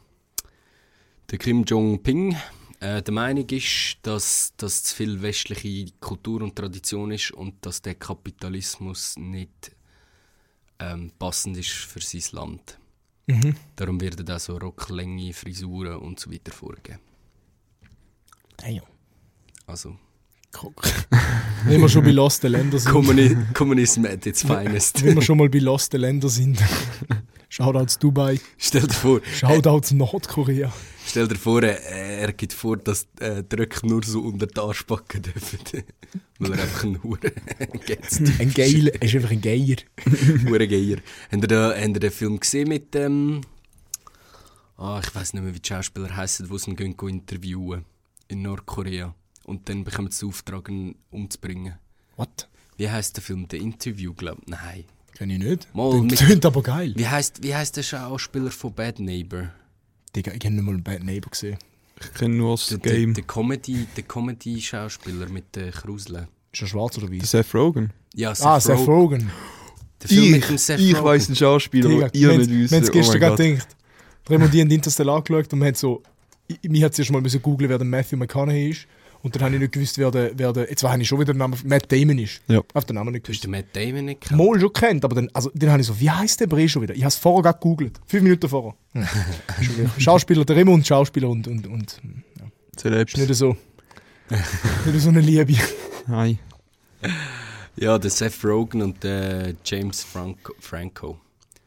der Kim Jong-ping äh, der Meinung ist, dass das zu viel westliche Kultur und Tradition ist und dass der Kapitalismus nicht ähm, passend ist für sein Land. Darum werden da so Rocklänge, Frisuren und so weiter vorgegeben.
Damn.
Also
Wenn wir schon bei Lost Länder sind.
Kommuni Kommunismus at its finest.
Wenn wir schon mal bei Lost Länder sind. Shoutouts Dubai,
stell dir vor,
Shoutouts Nordkorea.
stell dir vor, äh, er gibt vor, dass äh, die Röcke nur so unter die Arschbacken dürfen. Weil er einfach ein Huren
Ein Geiler, er ist einfach ein Geier.
Hurengeier. Habt ihr da- habt ihr den Film gesehen mit dem. Ah, ich weiß nicht mehr, wie die Schauspieler heißen, die sie ihn gehen, gehen interviewen in Nordkorea. Und dann bekommen sie den Auftrag, ihn umzubringen.
What?
Wie heißt der Film? Der Interview, glaube ich. Nein.
Kenn ich nicht.
Mal
Klingt-
mit-
Klingt aber geil.
Wie heißt wie heißt der Schauspieler von Bad Neighbor?
Digga, ich habe nicht mal einen Bad Neighbor gesehen.
Ich kenne nur das
Der, der,
Game.
der Comedy, der Comedy-Schauspieler mit den Kruseln.
Ist er schwarz oder weiß?
Seth Rogen.
Ja, Seth
Ah, Seth
Rogen.
Rogen.
Der Film
Ich,
mit dem Seth
ich
Rogen.
weiss einen Schauspieler, den
Digga,
ihr
wir
nicht
haben es
wisst. Oh
gestern
mein
gerade
Gott.
gedacht. Remo, die haben Interstellar angeschaut und wir haben so... Ich, mich hat es erst mal müssen googlen, wer der Matthew McConaughey ist. Und dann habe ich nicht gewusst, wer der... Wer der jetzt habe ich schon wieder den Namen... Matt Damon ist.
Ja.
Auf den Namen nicht
Du hast
gewusst.
den Matt Damon nicht gekannt?
Mal schon kennt, aber dann, also, dann habe ich so, wie heißt der Brei schon wieder? Ich habe es vorher gerade gegoogelt. Fünf Minuten vorher. Schon wieder. Schauspieler, der Remo und Schauspieler und, und, und.
Celebs.
Nicht so. nicht so eine Liebe.
Nein.
Ja, der Seth Rogen und der James Franco. Franco.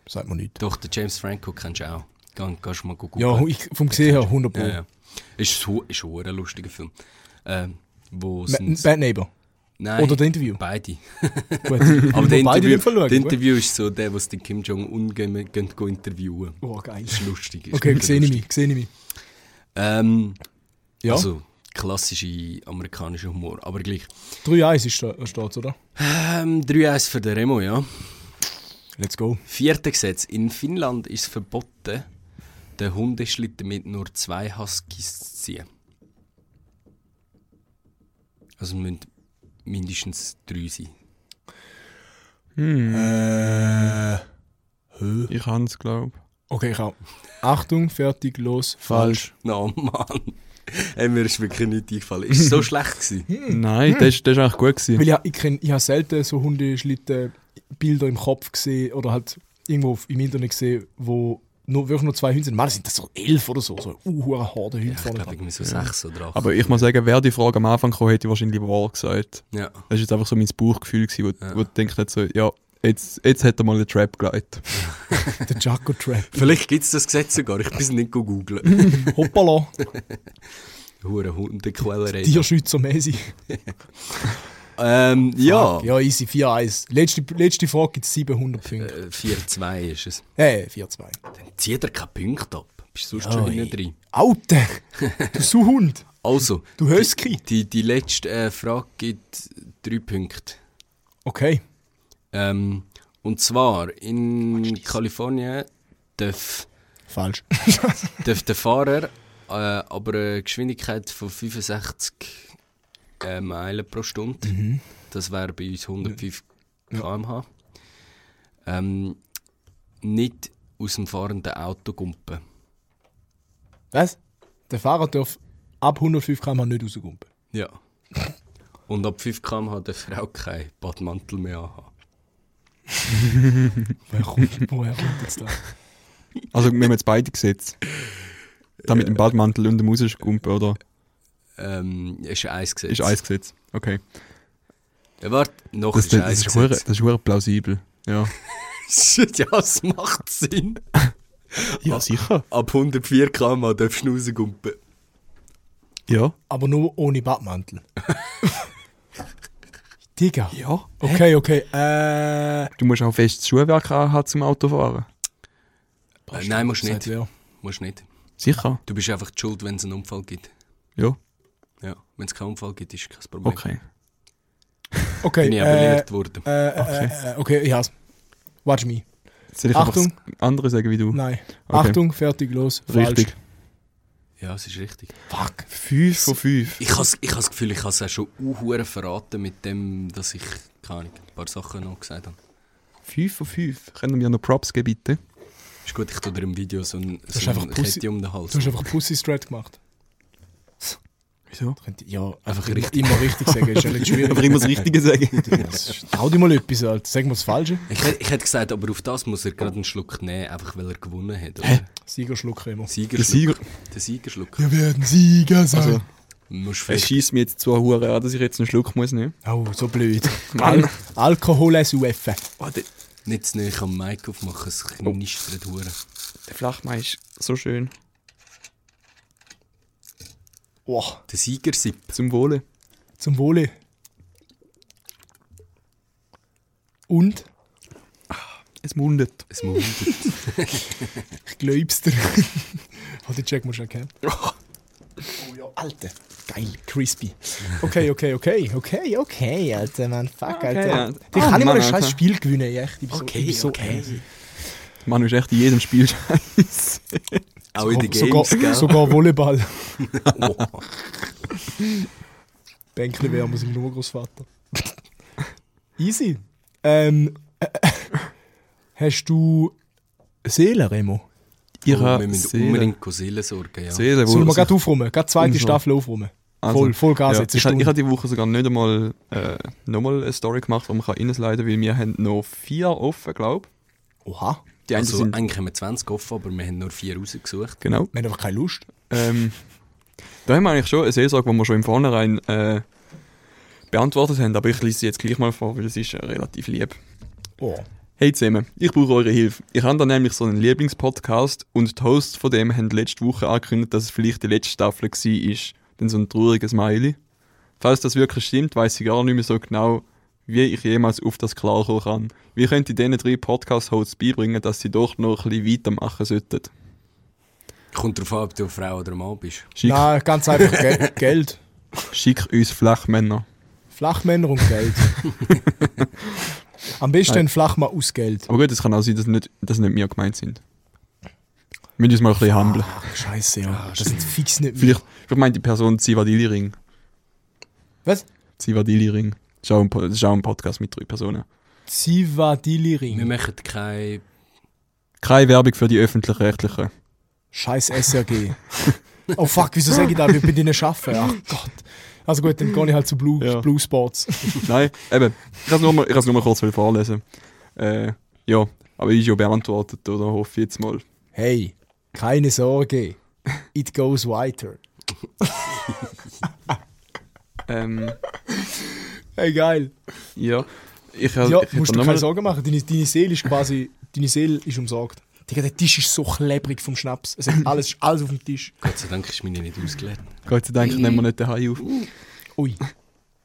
Sagt man nicht.
Doch, der James Franco kennst du auch. Geh, kannst du mal gucken.
Ja, ich, vom Gesehen her 100
ja,
Pro.
ja. Ist, so, ist ein verdammt lustiger Film. Ähm, wo
Ma-
sind's-
Bad Neighbor.
Nein,
oder das Interview.
Beide.
Gut.
Aber der
beide
Interview,
nicht verloren,
das
gell?
Interview ist so der, was den Kim Jong-un gehen, gehen, gehen interviewen.
Oh, geil.
Ist lustig. Ist
Okay,
wirklich
sehe ich
lustig.
mich, sehe ich mich.
Ähm,
Ja, also,
Also, klassischer amerikanischer Humor. Aber gleich.
3-1 ist da, steht oder?
Ähm, 3-1 für den Remo, ja.
Let's go.
Viertes Gesetz. In Finnland ist verboten, den Hundeschlitten mit nur zwei Huskies zu ziehen. Also müssen mindestens drei sein.
Hm.
Ich kann es, glaube
Äh, Okay, ich auch. Achtung, fertig, los. Falsch.
No, Mann. Ey, mir ist wirklich nicht eingefallen. Ist so schlecht gewesen.
Nein, das, das ist eigentlich gut. Gewesen.
Weil ich, ich, kenn- ich habe selten so Hundeschlitten-Bilder im Kopf gesehen oder halt irgendwo auf- im Internet gesehen, wo nur, wirklich nur zwei Hunde sind. Mann, sind das so elf oder so, so eine hohe Horde Hunde
Ich
vorne
glaube,
dran.
irgendwie so sechs oder acht.
Aber ich muss sagen, wäre die Frage am Anfang gekommen, hätte ich wahrscheinlich wahr gesagt.
ja.
Das war jetzt einfach so mein Bauchgefühl, gewesen, wo, wo ich gedacht habe, so, ja, jetzt, jetzt hat er mal einen Trap geleitet.
Der Jacko Trap.
Vielleicht gibt es das Gesetz sogar. Ich bin es nicht googeln.
Hoppala,
Hure Hundequälerei.
Tierschützermäßig.
Ähm, ja.
Ja, easy, 4-1. Letzte, letzte Frage gibt es 700
Äh,
Punkte.
4-2 ist es.
Äh, 4-2.
Dann zieht er keinen Punkt ab. Bist du sonst schon
Ja,
hinten
ey.
drin?
Alter, du Suhund,
Also,
du Husky.
Die, die letzte äh, Frage gibt drei Punkte.
Okay.
Ähm, und zwar, in Kalifornien darf,
Falsch.
darf der Fahrer äh, aber eine Geschwindigkeit von 65 äh, Meilen pro Stunde, das wäre bei uns 105 km/h, ähm, nicht aus dem fahrenden Auto gumpen.
Was? Der Fahrer darf ab 105 km nicht rausgumpen.
Ja. Und ab 5 km/h darf er auch keinen Badmantel mehr anhaben.
Woher kommt, woher kommt jetzt das?
Also wir haben jetzt beide gesetzt. Da mit dem Badmantel und dem Rausgumpen, oder?
Ähm, ist eins gesetzt.
Ist ein Gesetz. Okay.
Ja, warte, noch
Das,
ist
das, das,
eins
ist hure-
gesetzt.
das ist hure plausibel. Ja.
ja, es macht Sinn.
ja, sicher.
Ab 104 km darfst du rausgumpen.
Ja.
Aber nur ohne Badmantel. Digga.
Ja.
Okay, okay. Äh,
Du musst auch festes Schuhwerk haben zum Autofahren.
Äh, nein, musst
sagt
nicht.
wer.
Musst nicht.
Sicher.
Du bist einfach die schuld, wenn es einen Unfall gibt.
Ja.
Ja, wenn es keinen Unfall gibt, ist kein Problem.
Okay.
Okay,
Bin ich auch
äh,
belehrt worden.
äh, äh, äh, okay, ich has. Watch me.
Soll ich
Achtung.
einfach das andere sagen wie du?
Nein.
Okay.
Achtung, fertig, los.
Richtig.
Falsch.
Ja, es ist richtig.
Fuck. 5 von 5.
Ich habe ich has das Gefühl, ich habe es auch schon unhuren verraten mit dem, dass ich keine Ahnung, ein paar Sachen noch gesagt habe.
5 von 5. Können wir noch Props geben, bitte?
Ist gut, ich tue dir im Video so ein
hast
so
einfach
eine
Pussy-
Kette um den Hals.
Du hast einfach Pussy Strat gemacht.
Wieso?
Könnte- Ja,
Einfach
immer,
richtig.
Immer richtig sagen, ist ja nicht schwierig.
Aber ich muss das Richtige sagen.
Das ist- Hau dir mal etwas, Alter. Sag mal das Falsche.
Ich, hätt- ich hätte gesagt, aber auf das muss er gerade einen Schluck nehmen, einfach weil er gewonnen hat. Oder?
Sieger schlucken immer.
Der
Siegerschluck.
Sieger.
Der Siegerschluck.
Wir werden Sieger sein.
Also,
Musst
es
vielleicht
schießt mir jetzt zwei Huren an, dass ich jetzt einen Schluck muss nehmen
Oh, so blöd. Al Alkohol als UF.
Oh, der,
nicht zu nahe am Mic aufmachen, es knistert hure.
der Flachmann ist so schön.
Oh,
Der Siegersipp.
Zum Wohle.
zum Wohle. Und?
Es mundet.
Es mundet.
Ich glaub's dir. Hat den Check musst du erkennen. Oh ja, Alter. Geil, crispy. Okay, okay, okay, okay, okay, Alter, man, fuck, Alter.
ja.
Ich
Ah,
kann nicht mal
Mann,
ein scheiß
Alter.
Spiel gewinnen, ja. Ich bin so, ich bin so
okay.
Der Manu ist echt in jedem Spiel scheiße.
Auch in den
sogar,
Games, gell?
sogar Volleyball.
Oh.
Bänkle wäre muss ich nur Großvater. Easy. Ähm, äh, hast du Seele, Remo?
Ich
oh,
habe
wir müssen
Seele.
unbedingt Seelen sorgen, ja.
Seele,
Sollen wir
sich-
gerade aufräumen? Gerade zweite
Umso.
Staffel aufräumen.
Also,
voll, voll Gas
ja,
jetzt. eine
ich, ha- ich
Stunde.
habe die Woche sogar nicht einmal äh, nochmal eine Story gemacht, wo man kann reinsliden kann, weil wir haben noch vier offen, glaube ich.
Oha.
Die einen
also
sind...
eigentlich haben wir 20 offen, aber wir haben nur vier rausgesucht.
Genau.
Wir haben einfach keine Lust.
Ähm, da haben wir eigentlich schon eine Seelsorge, die wir schon im Vornherein äh, beantwortet haben, aber ich lese sie jetzt gleich mal vor, weil es ist äh, relativ lieb.
Oh.
Hey zusammen, ich brauche eure Hilfe. Ich habe da nämlich so einen Lieblingspodcast und die Hosts von dem haben letzte Woche angekündigt, dass es vielleicht die letzte Staffel war. Denn so ein trauriges Smiley. Falls das wirklich stimmt, weiß ich gar nicht mehr so genau, wie ich jemals auf das klarkommen kann. Wie könnt ihr diesen drei Podcast-Hosts beibringen, dass sie doch noch ein bisschen weitermachen sollten?
Kommt darauf an, ob du eine Frau oder ein Mann bist.
Schick,
Nein, ganz einfach Ge Geld.
schick uns Flachmänner.
Flachmänner und Geld. Am besten ein Flachmann aus Geld.
Aber gut, es kann auch sein, dass nicht, dass nicht wir gemeint sind. Wir müssen uns mal ein bisschen humblen.
Ah, Scheiße, ja. Das sind fix nicht mehr.
Vielleicht, vielleicht meint die Person Zivadili-Ring.
Was?
Zivadili-Ring. Das ist auch ein Po- das ist auch ein Podcast mit drei Personen.
Wir
Zivadili-Ring.
machen keine...
Keine Werbung für die Öffentlich-Rechtlichen.
Scheiß SRG. oh fuck, wieso sage ich das? Ich bin ihnen arbeiten. Ach Gott. Also gut, dann gehe ich halt zu Blue,
Ja.
Blue Sports.
Nein, eben. Ich kann es nur, mal- ich kann's nur mal kurz vorlesen. Äh, ja, aber ist ja beantwortet, oder? Hoffe ich jetzt mal.
Hey, keine Sorge. It goes weiter.
Ähm,
Hey, geil.
ja. Ich,
Ja,
Also ich,
musst
hätte
du dir
noch mal-
keine Sorgen machen. Deine, deine Seele ist quasi, deine Seele ist umsorgt. Digga, der Tisch ist so klebrig vom Schnaps. Es hat alles, ist alles auf dem Tisch.
Gott sei Dank ist meine nicht ausgelernt.
Gott sei Dank nehmen wir nicht den Hai auf.
Ui,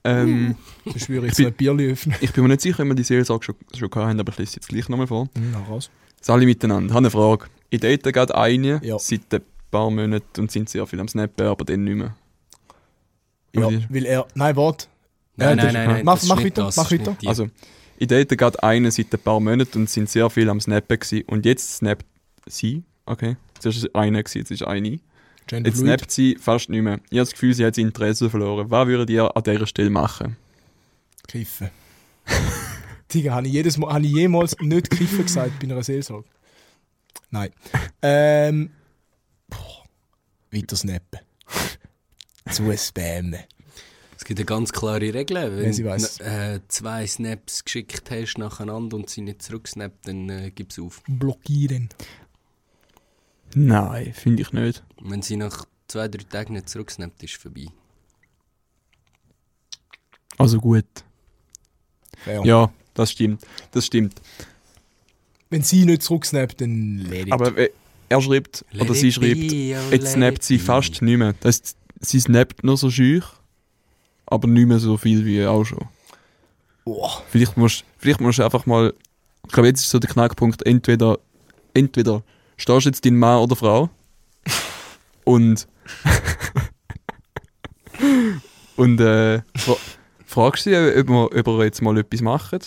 Ähm,
sonst würde ich jetzt
bin-
noch ein Bierli öffnen.
ich bin mir nicht sicher, ob wir die Seelsorge schon, schon gehabt haben, aber ich lese jetzt gleich nochmal vor.
Hm,
Na, raus.
Sali miteinander, habe eine Frage. Ich date gerade eine
Ja.
seit ein paar Monaten und sind sehr viel am Snappen, aber dann nicht mehr.
Ja,
Aber die-
weil er, nein, warte.
Nein,
das-
nein, nein, nein.
Mach-
das ist
mach
nicht
weiter,
das,
mach
das ist nicht
weiter.
die.
Also, ich date gerade einen seit ein paar Monaten und sind sehr viel am Snappen gewesen. und jetzt snappt sie, okay, zuerst ist es eine, gewesen, jetzt ist eine.
Gender
Jetzt
Fluid.
snappt sie fast nicht mehr. Ich habe das Gefühl, sie hat das Interesse verloren. Was würdet ihr an dieser Stelle machen?
Kiffen. Digga, habe ich, jedes Mal, habe ich jemals nicht kiffen gesagt bei einer Seelsorge? Nein. Ähm, boah. weiter snappen. Zu spammen.
Es gibt eine ganz klare Regel. Wenn
Ja, sie weiss.
du äh, zwei Snaps geschickt hast nacheinander und sie nicht zurücksnappt, dann äh, gib es auf.
Blockieren.
Nein, finde ich nicht.
Und wenn sie nach zwei, drei Tagen nicht zurücksnappt, ist es vorbei.
Also gut.
Ja.
Ja, das stimmt. Das stimmt.
Wenn sie nicht zurücksnappt, dann lädt
Aber äh, er schreibt, oder sie schreibt, jetzt snappt sie fast nicht mehr. Das heißt, sie snappt nur so schüch, aber nicht mehr so viel wie auch schon.
Boah.
Vielleicht musst, vielleicht musst du einfach mal. Ich glaube, jetzt ist so der Knackpunkt: entweder, entweder stehst du jetzt dein Mann oder Frau und. und äh, fra fragst sie, ob wir, ob wir jetzt mal etwas machen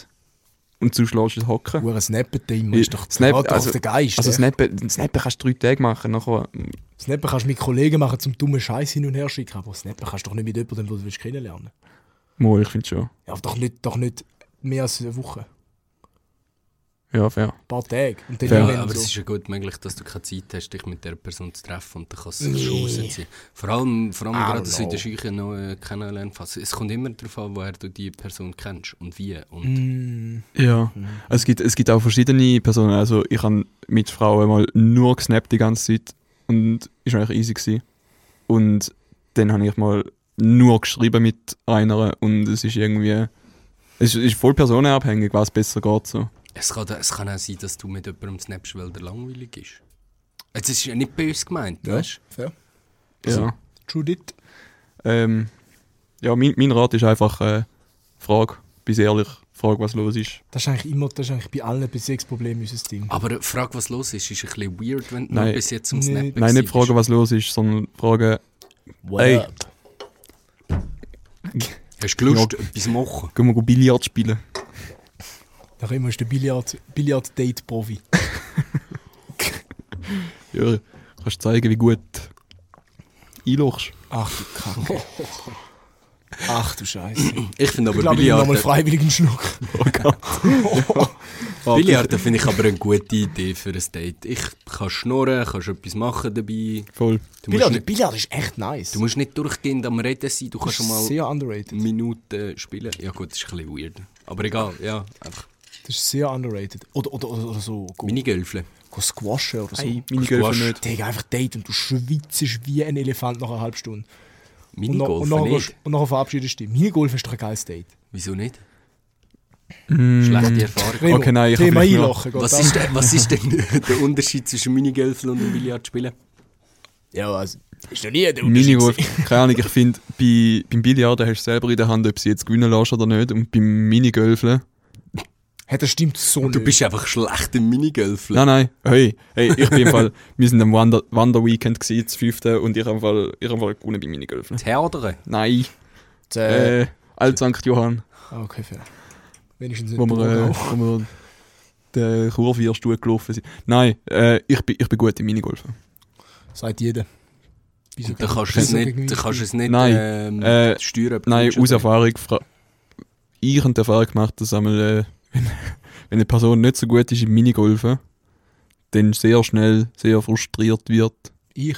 und sonst lässt du es hocken.
Uhren snappen immer ist doch
Snap-
gerade
also-
auf den Geist.
Also,
ja.
snappen, snappen kannst du drei Tage machen. Nachher,
snappen kannst du mit Kollegen machen, zum dummen Scheiß hin und her schicken, aber snappen kannst du doch nicht mit jemandem, den du willst kennenlernen
mal, ich finde schon.
Ja, aber doch nicht, doch nicht mehr als eine Woche.
Ja, fair.
Ein paar Tage. Und dann
Fair.
Ja,
irgendwann
aber
genau so.
es ist ja gut möglich, dass du keine Zeit hast, dich mit der Person zu treffen und dann kannst du es schon rausziehen. Vor allem, vor allem
I
gerade,
don't
dass du in der
know.
Scheuche noch äh, kennenlernen fasst. Es kommt immer darauf an, woher du die Person kennst und wie. Und
Mm,
Ja. Es gibt, es gibt auch verschiedene Personen. Also, ich habe mit Frauen mal nur gesnappt die ganze Zeit und ist eigentlich easy gewesen. Und dann habe ich mal nur geschrieben mit einer und es ist irgendwie. Es ist voll personenabhängig, was besser geht. So.
Es kann, es kann auch sein, dass du mit jemandem snappst, weil der langweilig ist. Jetzt ist ja nicht böse gemeint,
ja,
weißt
fair.
Ja.
True dit.
Also, Ähm, ja, mein, mein Rat ist einfach: äh, frag, bis ehrlich, frag, was los ist.
Das ist eigentlich immer, das ist eigentlich bei allen Beziehungsproblemen unser Ding.
du? Aber frag, was los ist, ist ein bisschen weird, wenn du
Nein.
noch bis jetzt zum
Nee.
Snappen
Nein, nicht
warst.
fragen, was los ist, sondern äh, fragen,
What
Ey.
up?
Hast du Lust, etwas machen?
gehen wir go Billard spielen.
Nach immer ist der Billard, Billard-Date-Profi.
Ja, kannst zeigen, wie gut einlochst.
Ach du Kacke. Ach du Scheiße. Ich
Ich finde aber
glaube, ich nehme nochmal freiwillig
Billiarden,
einen Schluck.
Billiarden finde ich aber eine gute Idee für ein Date. Ich kann schnurren, kannst etwas machen dabei.
Voll.
Du musst,
Billard,
nicht,
Billard ist echt nice.
du musst nicht durchgehend am Reden sein, du kannst schon mal Hm?
sehr underrated.
Minuten spielen. Ja gut, das ist ein bisschen weird. Aber egal, ja, einfach
Das ist sehr underrated. Oder, oder, oder, oder so, go,
Minigölfle.
go squashen oder so.
Nein,
Hey.
meine
Squash.
Girlfriend nicht.
Digga, einfach Date und du schwitzest wie ein Elefant nach einer halben Stunde. Und, noch, und,
Minigolfen
nachher,
nicht.
gehst- und nachher verabschiedest du dich. Minigolf ist doch ein geiles Date.
Wieso nicht?
Mm.
Schlechte Erfahrung.
Remo,
Okay, nein, ich hab
Thema
vielleicht noch-
einlochen. geht
Was
auch.
ist, denn, was ist denn der Unterschied zwischen Minigolfen und einem Billardspielen?
Ja, also, ist noch nie der
Minigolf, keine Ahnung, ich finde, bei, beim Billiarden hast du selber in der Hand, ob sie jetzt gewinnen lässt oder nicht. Und beim Minigolfen.
Hey, das stimmt so
Du
nicht.
bist einfach schlecht im Minigolfen.
Nein, nein, hey, hey, ich bin im Fall, wir sind am Wander, Wanderweekend gewesen, das fünfte, und ich habe im Fall, ich habe im Fall gewonnen beim Minigolfen.
Theodere.
Nein,
äh,
äh, Alt St. Johann,
ah, okay, fair. Wenigstens nicht
wo wir, äh, wo
Burgau.
wir den Kurvierstuhl gelaufen sind. Nein, äh, ich, bin, ich bin gut im Minigolfen.
Sagt jeder. Wieso
Da
gegen-
kannst du es
wieso
nicht,
gegen
da
mich?
kannst du es nicht
Nein,
ähm,
äh,
steuern. ob du
Nein,
willst
aus
oder
Erfahrung.
nicht.
fra- Ich habe die Erfahrung gemacht, dass einmal, äh, wenn, wenn eine Person nicht so gut ist im Minigolfen, dann sehr schnell sehr frustriert wird.
Ich.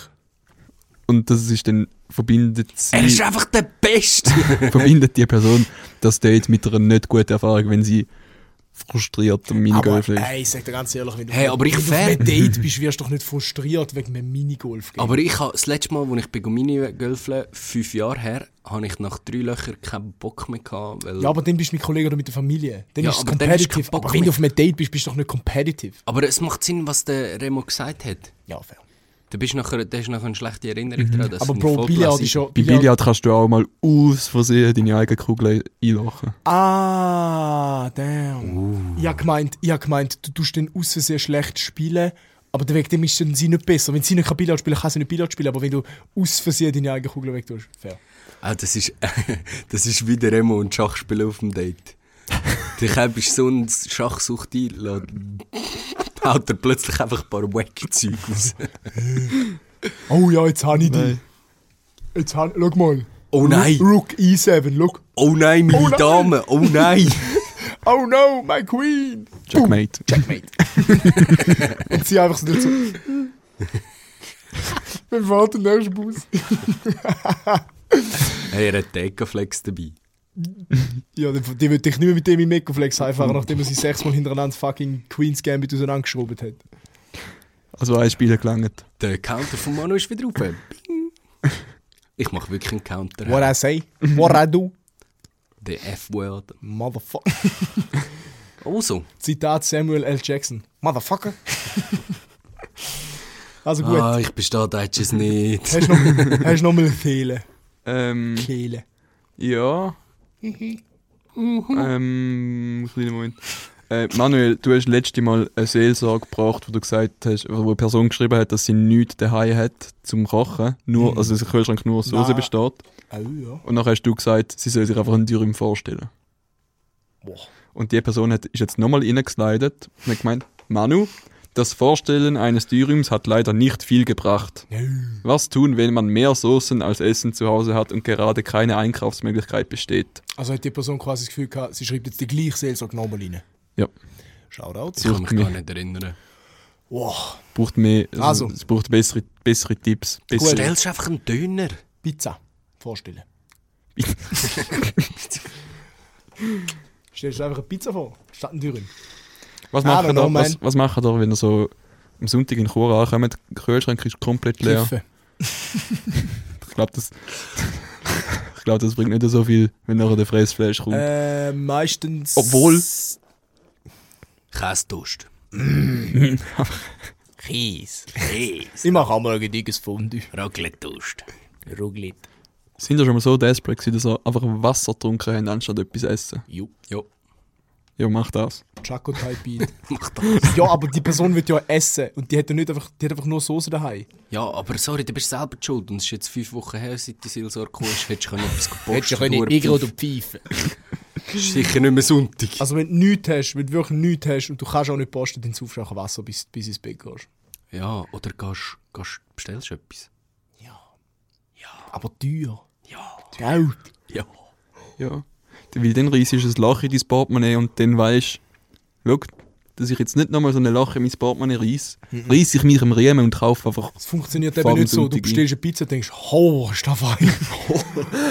Und das ist dann verbindet sie,
Er ist einfach der Beste.
verbindet die Person das Date mit einer nicht guten Erfahrung, wenn sie frustriert am Minigolfen
Aber,
ist.
ey, ich sag dir ganz ehrlich, wenn du,
Hey, aber ich
wenn du auf
fair-
einem Date bist, wirst du doch nicht frustriert wegen einem Minigolf. gehen.
Aber ich habe das letzte Mal, als ich bei Minigolfen, fünf Jahre her, habe ich nach drei Löchern keinen Bock mehr gehabt. Weil
ja, aber dann bist du mit Kollegen oder mit der Familie. Dann
Ja,
ist es
aber dann bist du
competitive.
kein Bock
Aber wenn
mehr.
du auf einem Date bist, bist du doch nicht competitive.
aber es macht Sinn, was der Remo gesagt hat.
Ja, fair.
Du bist nachher, da ist nachher eine schlechte Erinnerung dran. dass
Mhm. Aber
du
Bro,
voll
Billard
klassisch-
ist schon.
Bei Billard kannst du auch mal aus Versehen deine eigene Kugel einlachen.
Ah, damn.
Uh.
Ich habe gemeint, ich hab gemeint, du tust den aussen sehr schlecht spielen, aber wegen dem ist dann sie nicht besser. Wenn sie nicht kann Billard spielen kann, sie nicht Billard spielen, aber wenn du aus Versehen deine eigene Kugel wegtust, fair.
Ah, das ist, das ist wie der Remo und Schachspielen auf dem Date. Dich hast so eine Schachsucht ein, lässt- haut er plötzlich einfach ein paar wacky Zeug raus.
Oh ja, jetzt habe ich die. Jetzt habe Schau mal.
Oh nein!
Rook E E7, schau.
Oh nein, meine
Oh nein!
Damen! Oh nein!
Oh no, my queen.
Checkmate.
Und sie einfach so dazu. Wir fahren den nächsten Bus.
Hey, er hat Deckenflex dabei.
Ja, die, die würde ich nicht mehr mit dem im Mekoflex einfahren, nachdem er sie sechsmal hintereinander fucking Queen's Gambit auseinandergeschraubt hat.
Also ein Spieler gelangt.
Der Counter von Manu ist wieder oben. Ich mache wirklich einen Counter.
What I say, what I do,
Der F-Word.
motherfucker.
Also,
Zitat Samuel L. Jackson. Motherfucker. Also gut,
Ah, ich bestehe Deutsches nicht.
hast du noch- hast du nochmal eine Kehle?
Ähm,
Kehle.
ja. ähm, einen kleinen Moment. Äh, Manuel, du hast letztes Mal eine Seelsorge gebracht, wo du gesagt hast, wo eine Person geschrieben hat, dass sie nichts daheim hat zum Kochen. Nur, also dass der Kühlschrank nur aus Soße
Nein.
besteht.
Oh ja.
Und dann hast du gesagt, sie soll sich einfach einen Dürüm vorstellen. Und die Person hat, ist jetzt nochmal reingeslidet und hat gemeint, Manu, das Vorstellen eines Dürüms hat leider nicht viel gebracht. Was tun, wenn man mehr Soßen als Essen zu Hause hat und gerade keine Einkaufsmöglichkeit besteht?
Also hat die Person quasi das Gefühl gehabt, sie schreibt jetzt die gleiche Seelsorge nochmal rein.
Ja,
Shoutouts. Oh,
Ich kann mich
mich.
gar nicht erinnern.
Wow.
braucht mehr, also,
Also.
es braucht bessere, bessere Tipps. Bessere,
Stellst du einfach einen Döner?
Pizza. Vorstellen. Stellst du einfach eine Pizza vor? Statt einen Dürüm.
was,
I don't
machen
know,
da,
man.
was, was machen da, wenn ihr so am Sonntag in Chur ankommt, der Kühlschrank ist komplett leer?
Kiffen.
Ich glaube, das, ich glaub, das bringt nicht so viel, wenn nachher der Fressfleisch kommt.
Äh, meistens.
Obwohl-
Käsetoast. Käse. Käse.
Ich mache auch mal ein dickes Fondue.
Raclette-Toast.
Ruglid.
Sind ihr schon mal so desperate gewesen, dass ihr einfach Wasser getrunken habt, anstatt etwas essen?
Jo. Jo.
Ja, mach das.
Chaco Thai Beat.
Mach das.
ja, aber die Person wird ja essen. Und die hat ja nicht einfach, die hat einfach nur Soße daheim.
Ja, aber sorry, du bist selber die schuld. Und es ist jetzt fünf Wochen her, seit die Seelsorge gekommen ist. Hättest du können etwas
Hättest du
gepostet
können
du
Igel oder pfeifen.
Ist sicher nicht mehr Sonntag.
Also wenn du nichts hast, wenn du wirklich nichts hast und du kannst auch nicht posten, dann saufst du einfach Wasser, bis, bis ins Bett gehst.
Ja, oder gehst, gehst, bestellst du etwas?
Aber teuer.
Ja.
Geld.
Ja.
Ja. Weil dann reissest du ein Loch in dein Portemonnaie und dann weisst du, schau, dass ich jetzt nicht nochmal so eine Loch in mein Portemonnaie reiss,
Mhm.
reiss ich mich am Riemen und kaufe einfach...
Es funktioniert
Fahr
eben
am
nicht so. Du
Sonntag
bestellst eine Pizza und denkst, ho, ist das fein.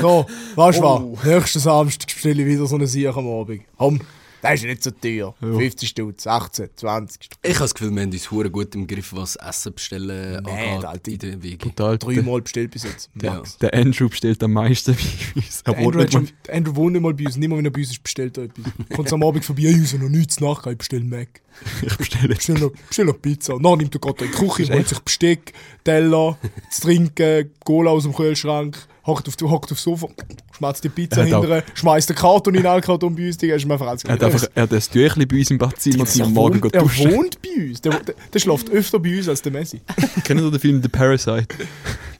so, weißt du was? Nächsten Samstag bestelle ich wieder so eine Sieg am Abend. Komm, das ist nicht so teuer. 50 Stutz, 18, 20 Stutz.
Ich habe das Gefühl, wir haben uns hure gut im Griff, was Essen bestellen
Nein,
angeht
Alter.
in der Wege.
Total, der,
Dreimal bestellt bis jetzt.
Ja.
der Andrew bestellt am meisten bei uns. Er
Der Andrew,
wohnt
hat
nicht mal-
schon, der Andrew wohnt nicht mal bei uns. Nicht mal, wenn er bei uns ist, bestellt er etwas. Kommt am Abend vorbei, ich habe noch nichts nachgegeben, ich bestelle Mac.
ich bestelle jetzt.
Bestell noch, bestell noch Pizza. Dann nimmt er gerade in die Küche, holt sich Besteck, Teller, zu trinken, Cola aus dem Kühlschrank, hockt auf, hockt auf Sofa, schmeißt die Pizza
Er hat auch-
hinterher, schmeißt den Karton in den Alkarton bei uns, Digga, ist mir einfach alles
Er hat einfach er hat ein Tüchli bei uns im Badzimmer, zum am Morgen
Er
duschen.
wohnt bei uns. Der, der, der schläft öfter bei uns als der Messi.
Kennt ihr den Film The Parasite?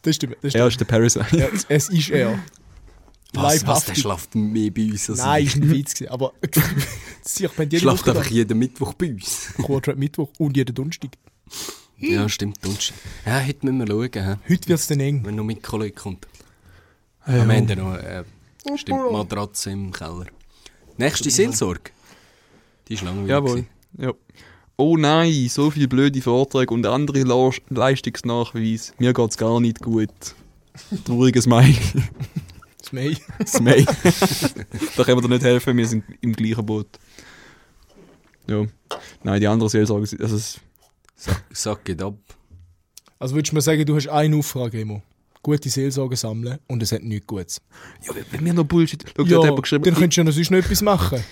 Das stimmt. Das
Er
stimmt.
ist der Parasite.
Ja, es ist er.
Was, was, der
Leibhaftig.
schlaft mehr bei uns als
Nein,
ich.
ist ein Witz gewesen, aber ich bin jede
Schlaft
Woche
einfach jeden Mittwoch bei uns.
da. Quartrap Mittwoch und jeden Donnerstag.
ja, stimmt, Dunst. Ja, heute müssen wir schauen, hä?
Heute wird es dann eng.
wenn noch mein Kollege kommt.
Ah,
Hey,
Am
ja.
Ende noch, äh, stimmt,
Mhm.
Matratze im Keller. Nächste Seelsorge. Die ist langweilig.
Jawohl.
gewesen.
Ja. Oh nein, so viele blöde Vorträge und andere Lau- Leistungsnachweise. Mir geht's gar nicht gut. Trauriges Mai.
Das Mai.
Das Mai. da können wir dir nicht helfen, wir sind im gleichen Boot. Ja. Nein, die andere Seelsorge, sind- also es-
Sa- Sack it ab.
Also würdest du mir sagen, du hast einen Auftrag, Emo. Gute Seelsorge sammeln und es hat nichts Gutes.
ja, wenn- wenn wir noch Bullshit... Schau, ja, hat jemand geschrieben,
dann könntest du ja noch sonst noch etwas machen.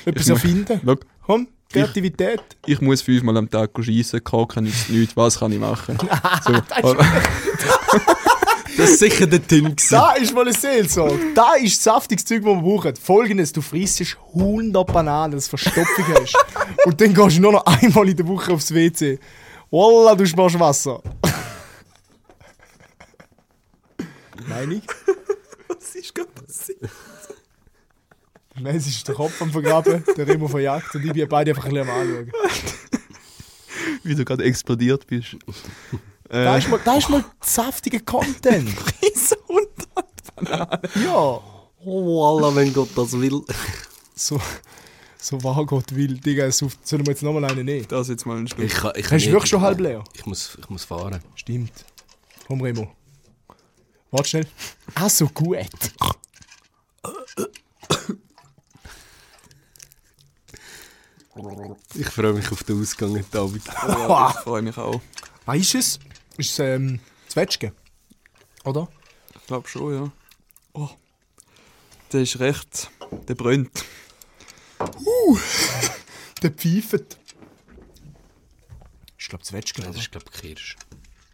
ich,
etwas
ich, mu-
erfinden.
schau,
Komm, Kreativität.
ich muss fünfmal am Tag schiessen, kacken nützt nichts, was kann ich machen? So,
Das ist sicher der Tim. gewesen.
Da ist mal eine Seelsorge. Da ist saftiges Zeug, das wir brauchen. Folgendes, du frissest 100 Bananen, dass du Verstopfung hast. und dann gehst du nur noch einmal in der Woche aufs WC. Wallah, du sparst Wasser. Meinung?
Was ist gerade passiert?
Nein, es ist der Kopf am Vergraben, der Remo verjagt und ich bin beide einfach ein bisschen am Anschauen.
wie du gerade explodiert bist.
Äh.
Da ist mal, da ist mal saftiger Content.
Wieso?
Ja.
Oh, Allah, wenn Gott das will.
So, so wahr Gott will. Digga, es auf- sollen wir jetzt nochmal einen nehmen?
Das jetzt mal ein Schluck.
Ich, kann- ich, kann
Hast du
nicht.
wirklich schon halb leer?
Ich muss, ich muss fahren.
Stimmt. vom Remo. Warte schnell. Ah, so gut.
Ich freue mich auf den Ausgang heute Abend.
Ja, ich freue mich auch.
Weißt du es? Ist es ähm, Zwetschge? Oder?
Ich glaube schon, ja. Oh. Der ist recht. Der brennt.
Der pfeift. Ich glaube Zwetschge,
Das
oder?
ist, glaube ich, Kirsch.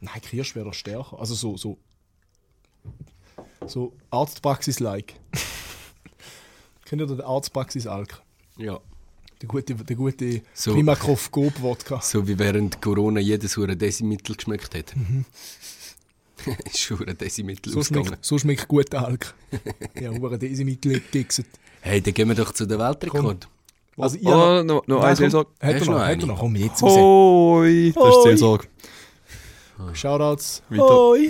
Nein, Kirsch wäre doch stärker. Also so, so. So Arztpraxis-like. Kennt ihr den Arztpraxis-Alk?
Ja.
Der gute, der gute
So.
Primakov Gob-Wodka.
So wie während Corona jedes hure Desimittel geschmeckt hat. ist hure Desimittel
So
ausgegangen.
schmeckt, so schmeckt guter Alk. ja, aber diese Mittel gegixet.
Hey, dann gehen wir doch zu den Weltrekord.
Also, ich hab-
Oh, noch, noch
Nein,
eins,
komm,
Seelsorge.
Hat
Hast
er
du noch
noch, hat
eine?
er noch. Komm, jetzt raus.
Hoi! Das ist
Hoi.
Seelsorge.
Shoutouts.
Weiter.
Hoi.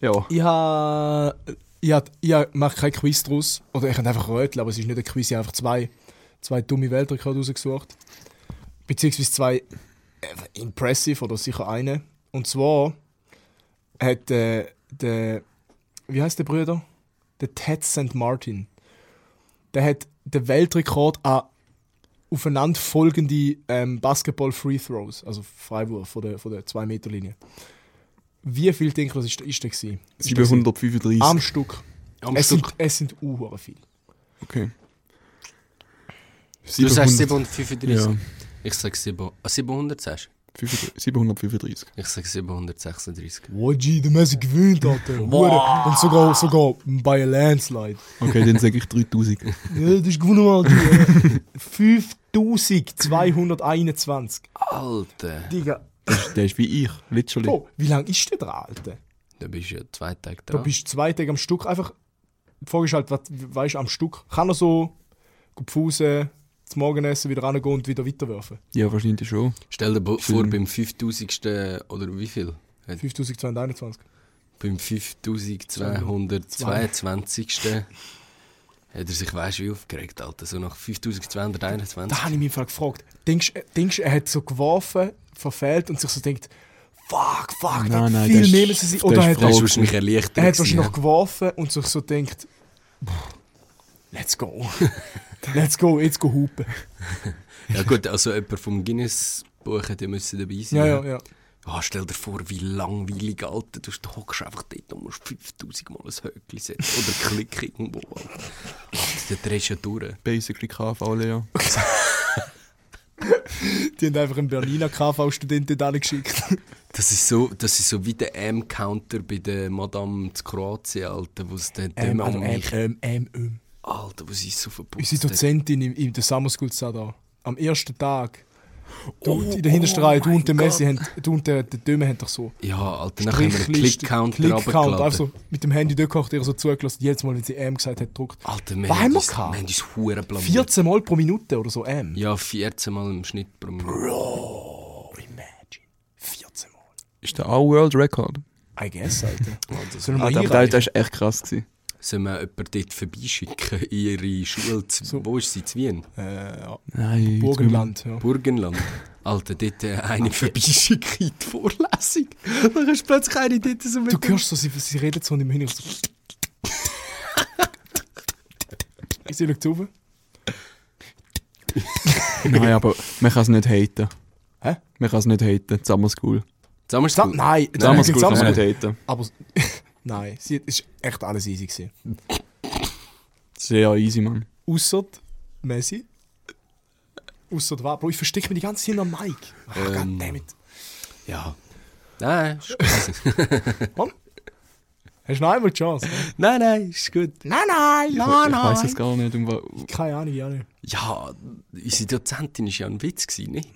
Ja.
Ich habe... Ich, hab, ich hab, mache kein Quiz draus. Oder ich kann einfach röteln, aber es ist nicht ein Quiz. Ich habe einfach zwei, zwei dumme Weltrekorde rausgesucht. Beziehungsweise zwei äh, impressive oder sicher eine. Und zwar hat äh, der... Wie heißt der Brüder? Der Ted St. Martin. Der hat den Weltrekord an aufeinanderfolgende ähm, Basketball-Free-Throws, also Freiwurf von der, von der 2-Meter-Linie. Wie viel Denker ist, ist der gewesen? Ist der gewesen?
735.
Am Stück.
Am
es,
Stück.
Sind, es sind uhuere viel.
Okay.
Du sagst
700.
735. Ich sag 7, ah, 700 sagst du?
735.
Ich sag 736.
Waji, der Messi gewöhnt, Alter. Hure. Und sogar, sogar bei a landslide.
Okay, dann sage ich 3000.
Ja, das ist gewonnen, Alter. 5221.
Alter!
Digga.
Der ist wie ich, literally.
Oh, wie lang ist der dran, Alter?
Da bist du ja zwei Tage
Du
dran.
bist zwei Tage am Stück einfach. Die Frage ist halt, was weißt du am Stück? Kann er so gut Pfusen, zum Morgenessen wieder rangehen und wieder weiterwerfen?
Ja, wahrscheinlich schon.
Stell dir bo- vor,
Schön.
beim 5000. oder wie viel? Äh,
5221.
Beim 5222. hat er sich weißt du wie aufgeregt, Alter. So nach 5221.
Da habe ich mich im Fall gefragt. Denkst du, denkst, du, er hat so geworfen, verfehlt und sich so denkt, fuck, fuck,
Nein,
da hat
nein,
viel
der ist-
mehr müssen sein.
der
Oder
ist
hat
Das
er,
ist
froh.
wahrscheinlich erleichtert.
er hat wahrscheinlich
gewesen,
noch geworfen und sich so denkt, pff, let's go. let's go, jetzt go hupen.
Ja gut, also jemand vom Guinness Buch hätte ja müssen dabei sein.
Ja, ja, ja.
Ah, stell dir vor, wie langweilig, Alter. Du hockst einfach dort und musst 5000 Mal ein Höckli setzen oder Klick irgendwo. Alter, dann drehst du ja durch.
Basically KV, Lea.
Die haben einfach einen Berliner KV-Studenten da geschickt.
Das ist so, das ist so wie der M-Counter bei der Madame zu Kroatien, Alter, wo es dann dem am mich...
ähm, ähm, ähm.
Alter, wo sie so verputzt
Unsere
hat.
Dozentin im, im der Summer School sah da. Am ersten Tag. Du,
Oh,
in der hintersten Reihe, du und der Messi, haben, du und der, der Döme haben doch so.
Ja, Alter, nachher haben wir einen Click-Counter
Click-Count,
runtergeladen.
einfach so mit dem Handy dort gekocht, ihr so zugelassen, jedes Mal, wenn sie M gesagt hat, druckt.
Alter, wir
Was haben
haben
wir
uns, wir
gehabt?
haben uns Huren blamiert.
14 Mal pro Minute oder so M.
Ja, 14 Mal im Schnitt pro Minute.
Oh, imagine. 14 Mal.
Ist der A-World Record?
I guess, Alter.
Also,
Sollen
Ah,
wir
der, der,
einreichen?
der ist echt krass. Gewesen.
Sollen wir jemanden dort vorbeischicken in ihre Schule? Zu, Wo ist sie? Zu Wien?
Äh, ja.
Nein.
Burgenland, ja.
Burgenland. Alter, dort äh, eine vorbeischicken in die Vorlesung. Dann kannst du plötzlich eine dort so mit
Du hörst so, sie, sie reden so und im Hintergrund so. Sie schaut rauf.
Nein, aber man kann es nicht haten.
Hä?
Man kann es nicht haten. Summer School.
Zusammen
Sam- Nein, jetzt
Summer
haben wir
School kann man nicht haten.
Aber nein, sie, es war echt alles easy. Gewesen.
Sehr easy, Mann.
Ausser Messi. Ausser war. Bro, ich verstecke mich die ganze Zeit am Mike. Ach,
Ähm.
goddammit.
Ja. Nein, ist gut.
Hast du noch einmal die Chance? ne?
nein, nein, ist gut.
Nein, nein,
Ich,
nein,
ich weiß
nein.
es gar nicht. Um, wa-
Keine Ahnung, ja nicht.
Ja, unsere Dozentin war ja ein Witz, gewesen, nicht?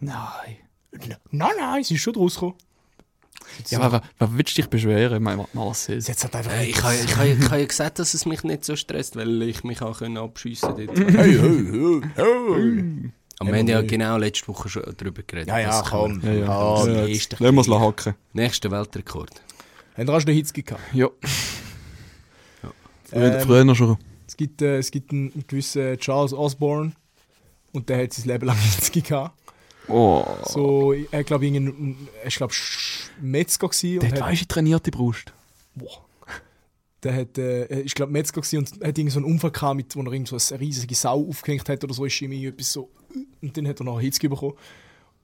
Nein.
Nein, nein, sie ist schon rausgekommen.
Ja, aber wa- was willst du dich beschweren, mein Marcel?
Jetzt hat einfach.
Äh, ich habe ich, ha- ich ha ja gesagt, dass es mich nicht so stresst, weil ich mich auch können abschiessen konnte.
hey, hey,
Hm.
hey, hey.
Aber wir haben ja genau letzte Woche schon darüber geredet.
Ja, ja,
was
komm.
kommt.
Ja, ja.
Ah,
ja,
nee,
jetzt
ist doch
lassen wir es
gleich.
hacken.
Nächster Weltrekord.
Habt ihr auch schon den Hitz gehabt?
Ja. Früher,
Ähm.
früher schon.
Es gibt, äh, es gibt einen gewissen Charles Osborne und der hat sein Leben lang Hitze gehabt.
Oh.
So, er glaube ich, irgendein- er ist, glaub, Sch- Metzger gewesen und
Dort
hat,
weisst du, trainierte Brust.
boah, der hat, äh, er ist glaube Metzger gewesen und hat irgend so einen Unfall gehabt, mit, wo er irgend so eine riesige Sau aufgehängt hat oder so, ist ihm etwas so und dann hat er noch Hitzki bekommen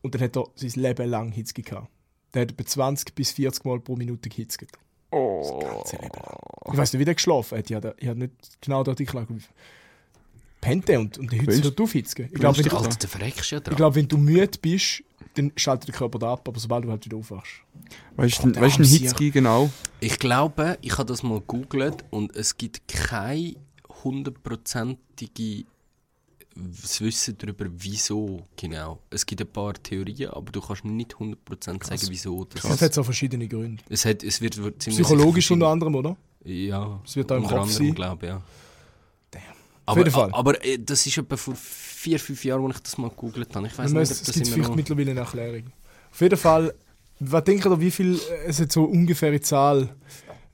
und dann hat er sein Leben lang Hitzki gehabt. Der hat etwa 20 bis 40 Mal pro Minute gehitzigt.
Oh.
Ich weiß nicht, wie der geschlafen hat. Ich habe ich hab nicht genau den Artikel angeschaut. Pennt der und, und der
Willst-
Hitze hört auf Hitzke. Ich glaube, wenn, du-
Alter, du verreckst ja
ich
dran.
glaub, wenn du müde bist, dann schaltet der Körper da ab, aber sobald du halt wieder aufwachst.
Weißt du,
der
weißt du den
arme Sieg.
Hitzki genau?
Ich glaube, ich habe das mal gegoogelt und es gibt keine hundertprozentige das Wissen darüber, wieso genau. Es gibt ein paar Theorien, aber du kannst nicht 100% sagen, wieso das
Das hat so verschiedene Gründe.
Es, hat, es wird wird ziemlich
Psychologisch
sicher
unter anderem, oder?
Ja,
Es wird auch im
unter
Kopf
anderem,
sein.
glaube ich, ja.
Auf
Aber,
jeden Fall.
aber äh, das ist etwa vor vier, fünf Jahren, als ich das mal gegoogelt habe. Ich weiß
Man
nicht, ob
muss, es
das
gibt
immer
vielleicht
noch...
mittlerweile eine Erklärung. Auf jeden Fall, was denkt ihr, wie viel, es hat so eine ungefähre Zahl,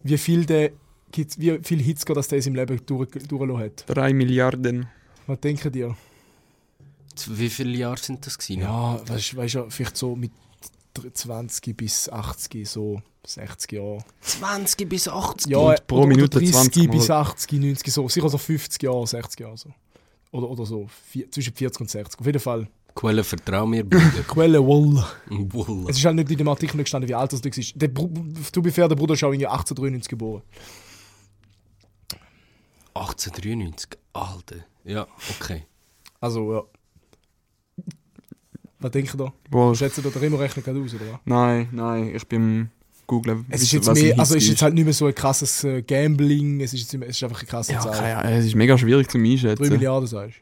wie viel der gibt's- wie viel Hitzke das der in seinem Leben durch, durchgelassen hat?
3 Milliarden.
Was denkt ihr?
Wie viele Jahre sind das gewesen?
Ja, weißt weißt du, vielleicht so mit 20 bis 80, so 60 Jahre.
20 bis 80?
Ja,
Und pro
oder- oder
Minute 20 Mal.
bis 80, 90, so. Sicher so 50 Jahre, 60 Jahre. So. Oder, oder so, vier, zwischen 40 und 60. Auf jeden Fall.
Quelle, vertrau mir, Bruder.
Quelle Wall.
Wohl.
Es ist halt nicht in dem Artikel nicht gestanden, wie alt das du bist. Der Bru- Du bist fair, der Bruder ist auch irgendwie 1893 geboren.
1893, Alter. Ja, okay.
Also, ja. Was denkt ihr da?
Boah,
Schätzt ihr da immer rechnen gerade aus, oder was?
Nein, nein, ich bin googlen.
Es ist
wissen,
jetzt
was
mehr,
ein
also es ist
Hitzki
jetzt halt nicht mehr so ein krasses äh, Gambling, es ist, jetzt nicht mehr, es ist einfach eine krasse
Ja, äh,
Zahl.
keine Ahnung, es ist mega schwierig zu
3
einschätzen.
Milliarden sagst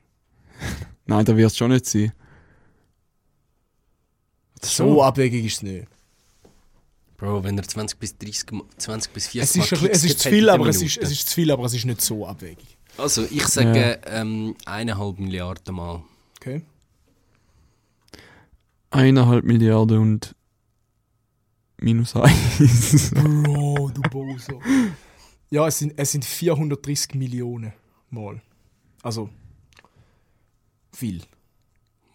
du.
Nein, da wird es schon nicht sein.
So abwegig ist es nicht.
Bro, wenn er 20 bis 30, Mal- 20 bis 40
Es ist, ein bisschen- es ist zu viel, aber es ist, es ist zu viel, aber es ist nicht so abwegig.
Also, ich sage ähm, eineinhalb Milliarden Mal.
Okay?
Eineinhalb Milliarden und minus eins.
Bro, du Boso. ja, es sind, es sind 430 Millionen Mal. Also viel.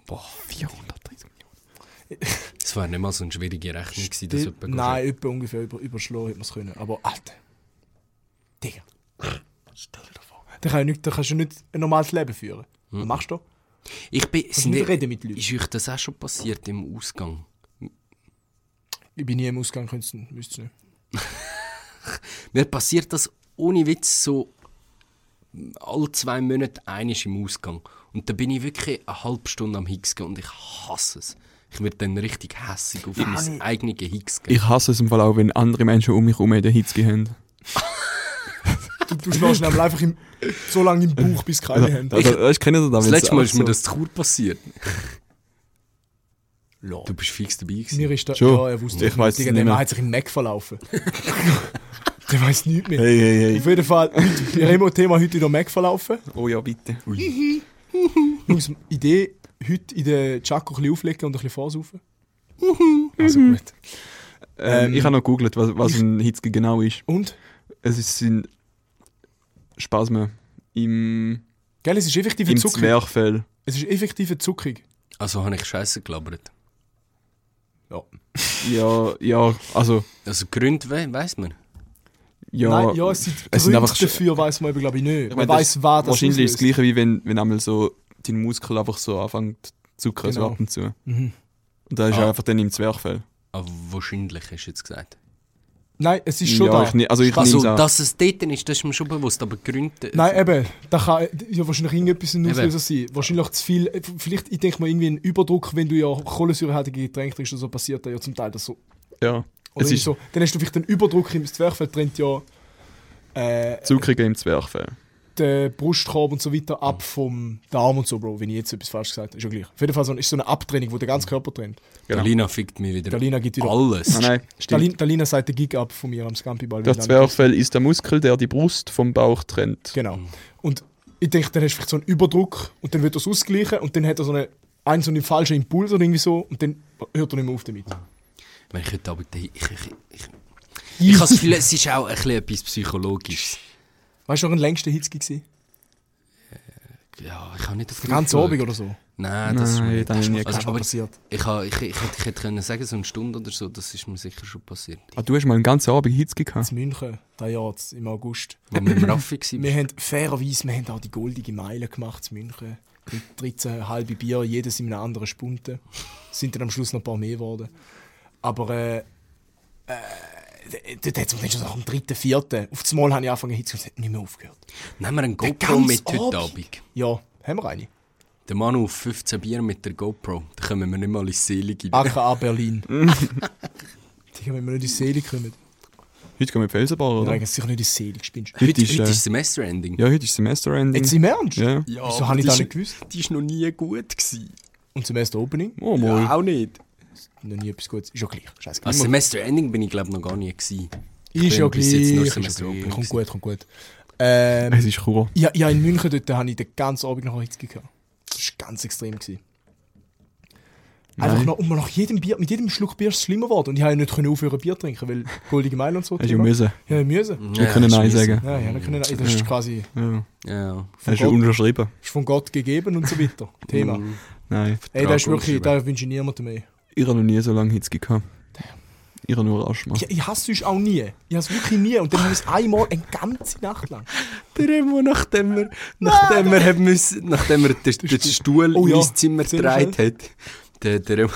Boah,
430
das war nicht mal so eine schwierige Rechnung, gewesen, das jemand geht.
Nein, etwa ungefähr über, überschlagen hätte man es können. Aber Alter. Digga. Stell dir vor. Da, kann ja nicht, da kannst du nicht ein normales Leben führen.
Hm.
Was machst du?
Ich bin...
Kannst du nicht reden mit Leuten.
Ist euch das auch schon passiert im Ausgang?
Ich bin nie im Ausgang, könntest du müsstest du nicht.
Mir passiert das ohne Witz so hm, alle zwei Monate einisch im Ausgang. Und da bin ich wirklich eine halbe Stunde am Hicks und ich hasse es. Ich werde dann richtig hässig auf mein eigenes Hicks
Ich hasse es im Fall auch, wenn andere Menschen um mich herum den Hitzki haben.
Du, du schlägst ihn einfach im, so lange im Bauch, bis keine Hände.
Also, weißt du, kennt ihr da, also
Das
wenn's
letzte Mal
auch
ist mir
so-
das zu Chur passiert. Du bist fix dabei gewesen.
Mir ist da,
Schon?
ja, er wusste
Ich
nicht.
weiss es
Digga,
nicht
der
mehr.
Mann hat sich im Mac verlaufen. der weiß nichts mehr.
Hey, hey, hey.
Auf jeden Fall, heute- wir haben immer Thema heute wieder Mac verlaufen.
Oh ja, bitte.
Jungs, Idee, heute in den Chaco ein bisschen auflegen und ein bisschen vorsaufen.
Also gut.
Ähm,
Ähm, ich habe noch gegoogelt, was, was
ich-
ein Hitzki genau ist.
Und?
Es ist- sind Spasmen im,
Gell, es ist effektiv eine
im
Zuckung.
Zwerchfell.
Es ist effektiv eine Zuckung.
Also habe ich Scheiße gelabert.
Ja.
Ja, ja, also,
Also Gründe we weiß man.
ja.
Nein, ja, es sind
es
es
sind
Gründe
einfach sch-
dafür, weiß man eben, glaube ich, nicht.
Ich
Man
meine,
weiß,
das-
was das
Wahrscheinlich ist
auslöst.
das gleiche, wie wenn, wenn einmal so dein Muskel einfach so anfängt zu zucken, so
Genau.
ab und zu.
Mhm.
Und da ist
Ah.
einfach dann im Zwerchfell.
Aber Ah, wahrscheinlich hast du jetzt gesagt.
Nein, es ist schon
ja,
da.
Ich, ni- also ich
Also,
nehme es an.
dass es dort ist, das ist mir schon bewusst, aber Gründe.
Nein, eben, da kann ja wahrscheinlich irgendetwas ein
Eben.
Auslöser sein. Wahrscheinlich zu viel, äh, vielleicht, ich denke mal, irgendwie ein Überdruck, wenn du ja kohlensäurehaltige Getränke trinkst, oder so passiert da ja zum Teil das so.
Ja.
Oder
Es
irgendwie
ist
so. Dann hast du vielleicht einen Überdruck im Zwerchfell, trennt ja äh,
Zuckriegen im Zwerchfell. Ah,
den Brustkorb und so weiter ab vom Darm und so, Bro, wenn ich jetzt etwas falsch gesagt habe. Ist ja gleich. Auf jeden Fall so, ist so eine Abtrennung, wo der ganze Körper trennt.
Genau.
Dalina fickt mich wieder.
Dalina gibt wieder.
Alles.
Nein, nein, stimmt.
Dalin, Dalina sagt den Gig ab von mir am Scampiball.
Das Zwerchfell ist der Muskel, der die Brust vom Bauch trennt.
Genau. Und ich denke, dann hast du vielleicht so einen Überdruck und dann wird das ausgleichen und dann hat er so einen, einen, so einen falschen Impuls oder irgendwie so und dann hört er nicht mehr auf damit.
Wenn ich heute Abend. Ich, ich, ich, ich, ich habe das Gefühl, es ist auch ein bisschen etwas Psychologisches.
Weißt du, noch ein längster Hitzki gewesen?
ja, ich habe nicht auf die
Ganz
Uhr
Abend
geschaut.
oder so.
Nein, das ist
Nein,
mir
das habe ich nie
Also,
Das ist
aber-
mal passiert.
Ich, ha- ich, ich, hätte- ich hätte können sagen, so eine Stunde oder so, das ist mir sicher schon passiert.
Ah, du hast mal einen ganzen Abend Hitzki gehabt.
In München, das Jahr z- im August.
Wo wir im Raffi waren.
Wir haben fairerweise wir haben auch die goldige Meile gemacht in München. Mit 13 halbe Bier, jedes in einer anderen Spunte. Sind dann am Schluss noch ein paar mehr geworden. Aber äh, äh, d- dort hat es mich dann schon so am dritten, vierten. Auf das Mal habe ich angefangen Hitze und es hat nicht mehr aufgehört.
Nehmen wir einen
Der
GoPro mit
ganze
heute
Abend.
Abend.
Ja, haben wir eine.
Der Mann auf 15 Bier mit der GoPro. Da kommen wir nicht mal ins Selige.
AKA Berlin. Digga, wenn wir nicht in die Seele kommen.
Heute gehen wir in die Felsenbar, oder?
Nein, das ist sicher nicht in die Seele, spinnst du?
Heute
Heute,
ist,
heute
äh,
ist Semesterending.
Ja, heute ist Semesterending.
Jetzt im Ernst?
Ja.
Wieso habe ich das nicht gewusst?
Die war noch nie gut. Gewesen.
Und Semester Opening?
Oh, mal.
auch nicht.
Noch nie etwas Gutes. Ist ja gleich. Scheiße.
Als Semesterending bin ich, glaube ich, noch gar nie. Gewesen.
Ist ja
bin bis jetzt nur
gleich. Ist
Semester
ja gleich.
Opening
Kommt gut, kommt gut.
Es
Ähm,
ist cool.
ja, ja, in München dort habe ich den ganzen Abend noch Hitze gehabt. Das war ganz extrem. Gewesen. Einfach
Nein.
noch, und nach jedem Bier, mit jedem Schluck Bier ist es schlimmer geworden. Und ich habe ja nicht können aufhören Bier zu trinken, weil Goldige Meile und so.
Hast du müssen.
Ja, ich müssen.
Wir können
ist
Nein
mies.
sagen.
Ja, ich habe nicht können. Das ist quasi
Ja.
Ja.
Hast du
Gott.
unterschrieben?
ist von Gott gegeben und so weiter. Thema.
Nein.
Ey, das ist wirklich,
Vertrag unterschrieben.
da wünsche ich niemandem mehr.
Ich habe noch nie so lange Hitzki gehabt. Ich habe nur Asthma.
Ich, ich hasse es auch nie. Ich hasse wirklich nie. Und dann habe ich es einmal eine ganze Nacht lang.
Der Remo, nachdem er, nachdem er, hat müssen, nachdem er den, den Stuhl
Oh
in
ja,
ins Zimmer
sehr
gedreht hat, der, der Remo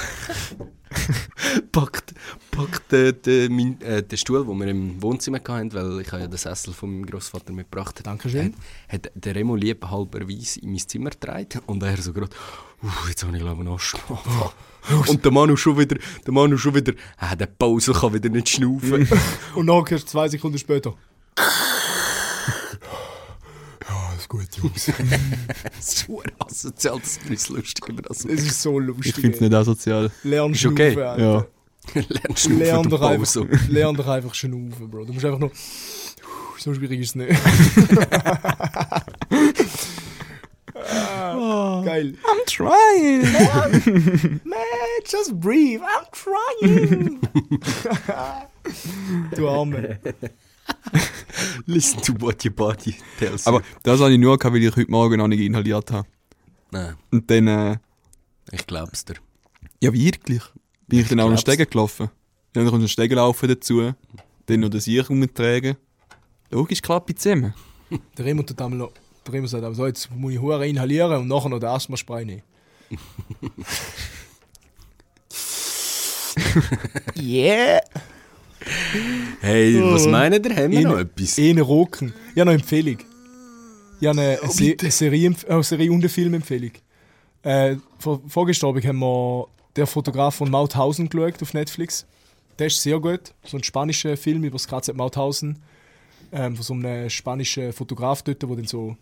packt, packt äh, den, mein, äh, den Stuhl, den wir im Wohnzimmer hatten, weil ich habe ja den Sessel von meinem Großvater mitgebracht habe.
Dankeschön.
Hat, hat der Remo lieb halberweise in mein Zimmer gedreht und er so gerade, «Uff, jetzt habe ich glaube ich Asthma. Und der Manu schon wieder, der Manu schon wieder, ah, der Pausel kann wieder nicht
Mhm.
schnaufen.
Und nachher, zwei Sekunden später. ja, ist gut, Jungs.
das ist verdammt asozial, das ist lustig über das.
Es ist so
Ich
lustig.
finde es nicht asozial.
Lernst
Ist okay,
schnaufen, Alter.
Ja.
Lernst du
Lern
von
doch,
der Pause.
einfach, lern doch einfach schnaufen, Bro. Du musst einfach nur. So schwierig ist es nicht. ah, Geil.
I'm trying.
Man, just breathe. I'm trying. du Arme.
Listen to what your body tells you.
Aber das habe ich nur gehabt, weil ich heute Morgen noch nicht inhaliert habe.
Nein,
Und dann, äh,
ich glaub's dir.
ja, wirklich. Bin ich dann auch noch
glaub's.
Stegen gelaufen. Dann kommt ein Stegenlaufen dazu. Dann noch das Sieg umtragen. Logisch, klappt ich zusammen.
Der Remo tut einmal noch. Der Remo sagt, aber so, jetzt muss ich Hure inhalieren und nachher noch den Asthma-Spray nehmen. yeah!
Hey, was meinen ihr? Haben wir noch etwas?
Ene Rocken. Ich habe eine Empfehlung. Ich habe eine, Se eine Serie, äh, Serie und eine Filmempfehlung. Äh, vor, vorgestern Abend haben wir «Der Fotograf von Mauthausen» geschaut auf Netflix. Der ist sehr gut. So ein spanischer Film über das KZ Mauthausen. Ähm, von so einem spanischen Fotograf dort, der dann so...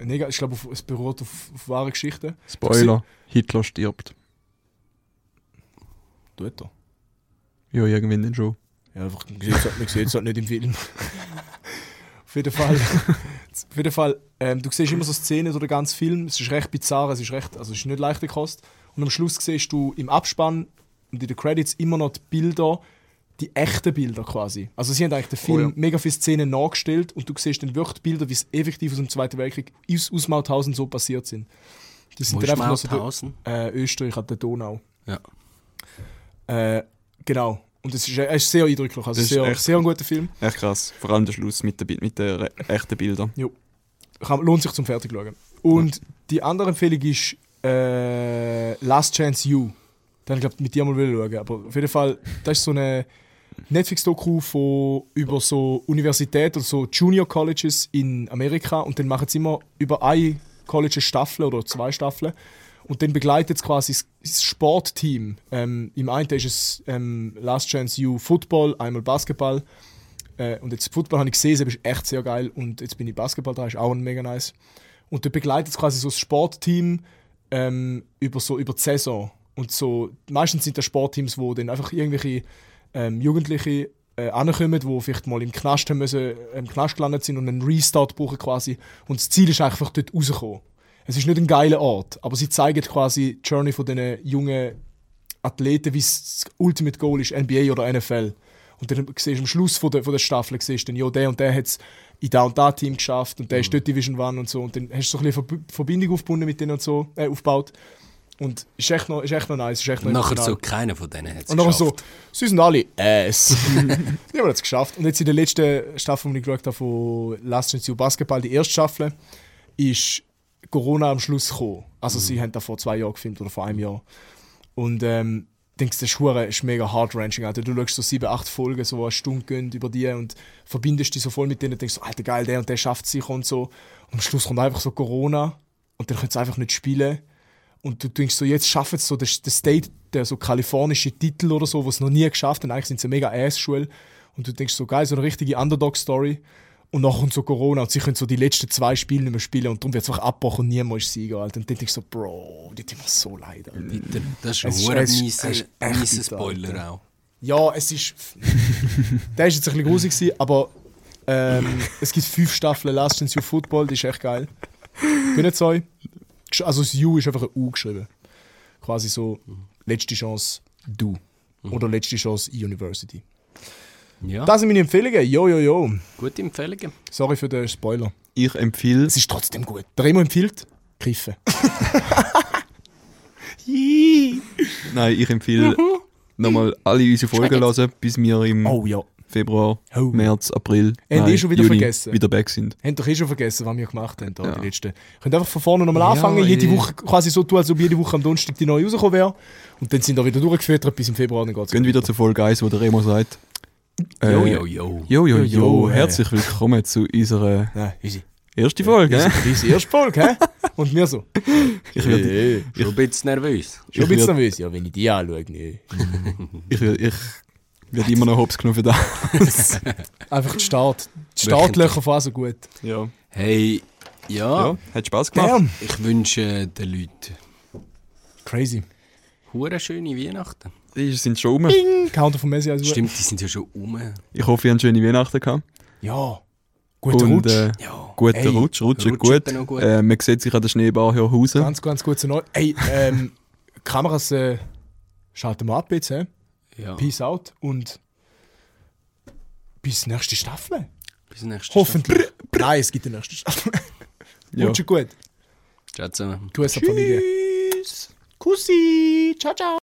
Nega, ich glaube, auf- es beruht auf, auf wahre Geschichten.
Spoiler: Hitler stirbt.
Tut er.
Ja, irgendwann dann schon.
Ja, einfach, man sieht es halt, man sieht's halt nicht im Film. Auf jeden Fall, auf jeden Fall ähm, du siehst immer so Szenen durch den ganzen Film, es ist recht bizarr, es ist, recht, also es ist nicht leichte Kost. Und am Schluss siehst du im Abspann und in den Credits immer noch die Bilder, die echten Bilder quasi. Also sie haben eigentlich den
Oh
Film mega viele Szenen nachgestellt und du siehst dann wirklich die Bilder, wie es effektiv aus dem Zweiten Weltkrieg aus, aus Mauthausen so passiert sind. Die sind
Wo
dann
ist
einfach noch so durch-
Mauthausen?
äh, Österreich an der Donau.
Ja.
Äh, genau. Und es ist, er ist sehr eindrücklich. Also
Das ist
sehr,
echt-
sehr ein guter Film.
Echt krass. Vor allem der Schluss mit den, Bi- mit den re- echten Bildern.
Kann, lohnt sich zum fertig schauen. Und die andere Empfehlung ist äh, Last Chance You. Dann glaube mit dir mal will schauen. Aber auf jeden Fall, das ist so eine Netflix-Doku von- über so Universitäten oder so Junior Colleges in Amerika. Und dann machen sie immer über eine College eine Staffel oder zwei Staffeln. Und dann begleitet es quasi das- das Sportteam. Ähm, Im einen ist es ähm, Last Chance You Football, einmal Basketball. Äh, und jetzt Football habe ich gesehen, das ist echt sehr geil. Und jetzt bin ich Basketball da, ist auch mega nice. Und dort begleitet es quasi so das Sportteam ähm, über, so, über die Saison. Und so, meistens sind das Sportteams, wo dann einfach irgendwelche ähm, Jugendliche äh, ankommen, die vielleicht mal im Knast, haben müssen, äh, im Knast gelandet sind und einen Restart brauchen quasi. Und das Ziel ist einfach dort rauszukommen. Es ist nicht ein geiler Ort, aber sie zeigen quasi die Journey von diesen jungen Athleten, wie das Ultimate Goal ist, NBA oder NFL. Und dann siehst du am Schluss von der, von der Staffel, siehst du dann, ja, der und der hat es in da und da Team geschafft und der
Mhm.
ist dort Division One und so. Und dann hast du so ein bisschen Verb- Verbindung aufgebunden mit denen und so, äh, aufgebaut. Und ist echt noch, ist echt noch nice. Ist echt noch
Und nachher
emotional.
so, keiner von denen hat es
Und nachher
geschafft.
so, sie sind alle Ass. die haben es geschafft. Und jetzt in der letzten Staffel, die ich geschaut habe, von Last Chance You Basketball, die erste Staffel, ist Corona am Schluss gekommen. Also
Mhm.
sie haben da vor zwei Jahren gefilmt oder vor einem Jahr. Und ähm, denkst du, das ist hure- ist mega hard-wrenching. Alter. Du schaust so sieben, acht Folgen, so eine Stunde gehen über die und verbindest dich so voll mit denen und denkst so, Alter, geil, der und der schafft sich und so. Und am Schluss kommt einfach so Corona und dann können sie einfach nicht spielen. Und du denkst so, jetzt schaffen sie so den, den State, der so kalifornische Titel oder so, was noch nie geschafft haben. Eigentlich sind sie mega Ass-Schule. Und du denkst so, geil, so eine richtige Underdog-Story. Und dann kommt so Corona und sie können so die letzten zwei Spiele nicht mehr spielen und darum wird es einfach abgebrochen und niemand ist Sieger. Alter. Und dann denkst du so, Bro, die tun mir so leid. Alter.
Peter, das ist
Es ist-
ein
es ist-
mieser,
es ist echt
mieser
bitter,
Spoiler
Alter.
auch.
Ja, es ist. der ist jetzt ein bisschen grusig, gewesen, aber ähm, es gibt fünf Staffeln Last Chance You Football, die ist echt geil. Gönnt es euch. Gesch- Also das U ist einfach ein U geschrieben. Quasi so letzte Chance du. Oder letzte Chance University.
Ja,
Das sind meine Empfehlungen. Jo, jo, jo.
gute Empfehlungen.
Sorry für den Spoiler.
Ich empfehle
Es ist trotzdem gut. Der Remo empfiehlt, kiffen.
Nein, ich empfehle nochmal alle unsere Folgen hören, bis wir im
Oh ja.
Februar,
Oh.
März, April,
Haben
nein,
die schon wieder
Juni
vergessen?
wieder back sind.
Habt doch eh schon vergessen, was wir gemacht haben. Da,
Ja.
die letzten. Könnt einfach von vorne nochmal anfangen,
Ja,
jede
eh.
Woche quasi so tun, als ob jede Woche am Donnerstag die neue rausgekommen wäre. Und dann sind wir wieder durchgefüttert bis im Februar, dann geht's
Gehen wieder zu Folge 1, wo der Remo sagt. äh,
Jo, jo, jo.
Jo, jo, jo,
jo, äh.
herzlich willkommen zu unserer
Nein, easy.
ersten Folge. hä?
Diese erste Folge, hä? Und wir so.
Ich werde
Schon ein bisschen nervös.
Schon ein
Ich
bisschen
werd-
nervös. Ja, wenn ich die anschaue, ne.
ich, werd- ich, werd immer noch Hops genommen für das.
Einfach die Start. Die Startlöcher fahren so gut.
Ja.
Hey, ja,
ja, hat Spass gemacht.
Damn.
ich wünsche den Leuten
Crazy.
hure schöne Weihnachten.
Die sind schon rum.
Bing. Counter von Messi also
Stimmt, die sind ja schon um.
Ich hoffe, ihr habt schöne Weihnachten gehabt.
Ja. Guter
Und
Rutsch.
äh,
Ja.
guten
Ey,
Rutsch, rutscht
rutscht
gut.
dann auch gut.
Äh, man sieht sich an der Schneebar hier Hause.
Ganz, ganz gute Neu. Ey, ähm, Kameras äh, schalten wir ab jetzt, hä?
ja.
Peace out und bis nächste Staffel.
Bis nächstes
Hoffentlich. Nein, es gibt eine nächste Staffel.
Ja.
Rutscht gut.
Ciao zusammen.
Grüße an die Familie. Tschüss. Kussi. Ciao, ciao.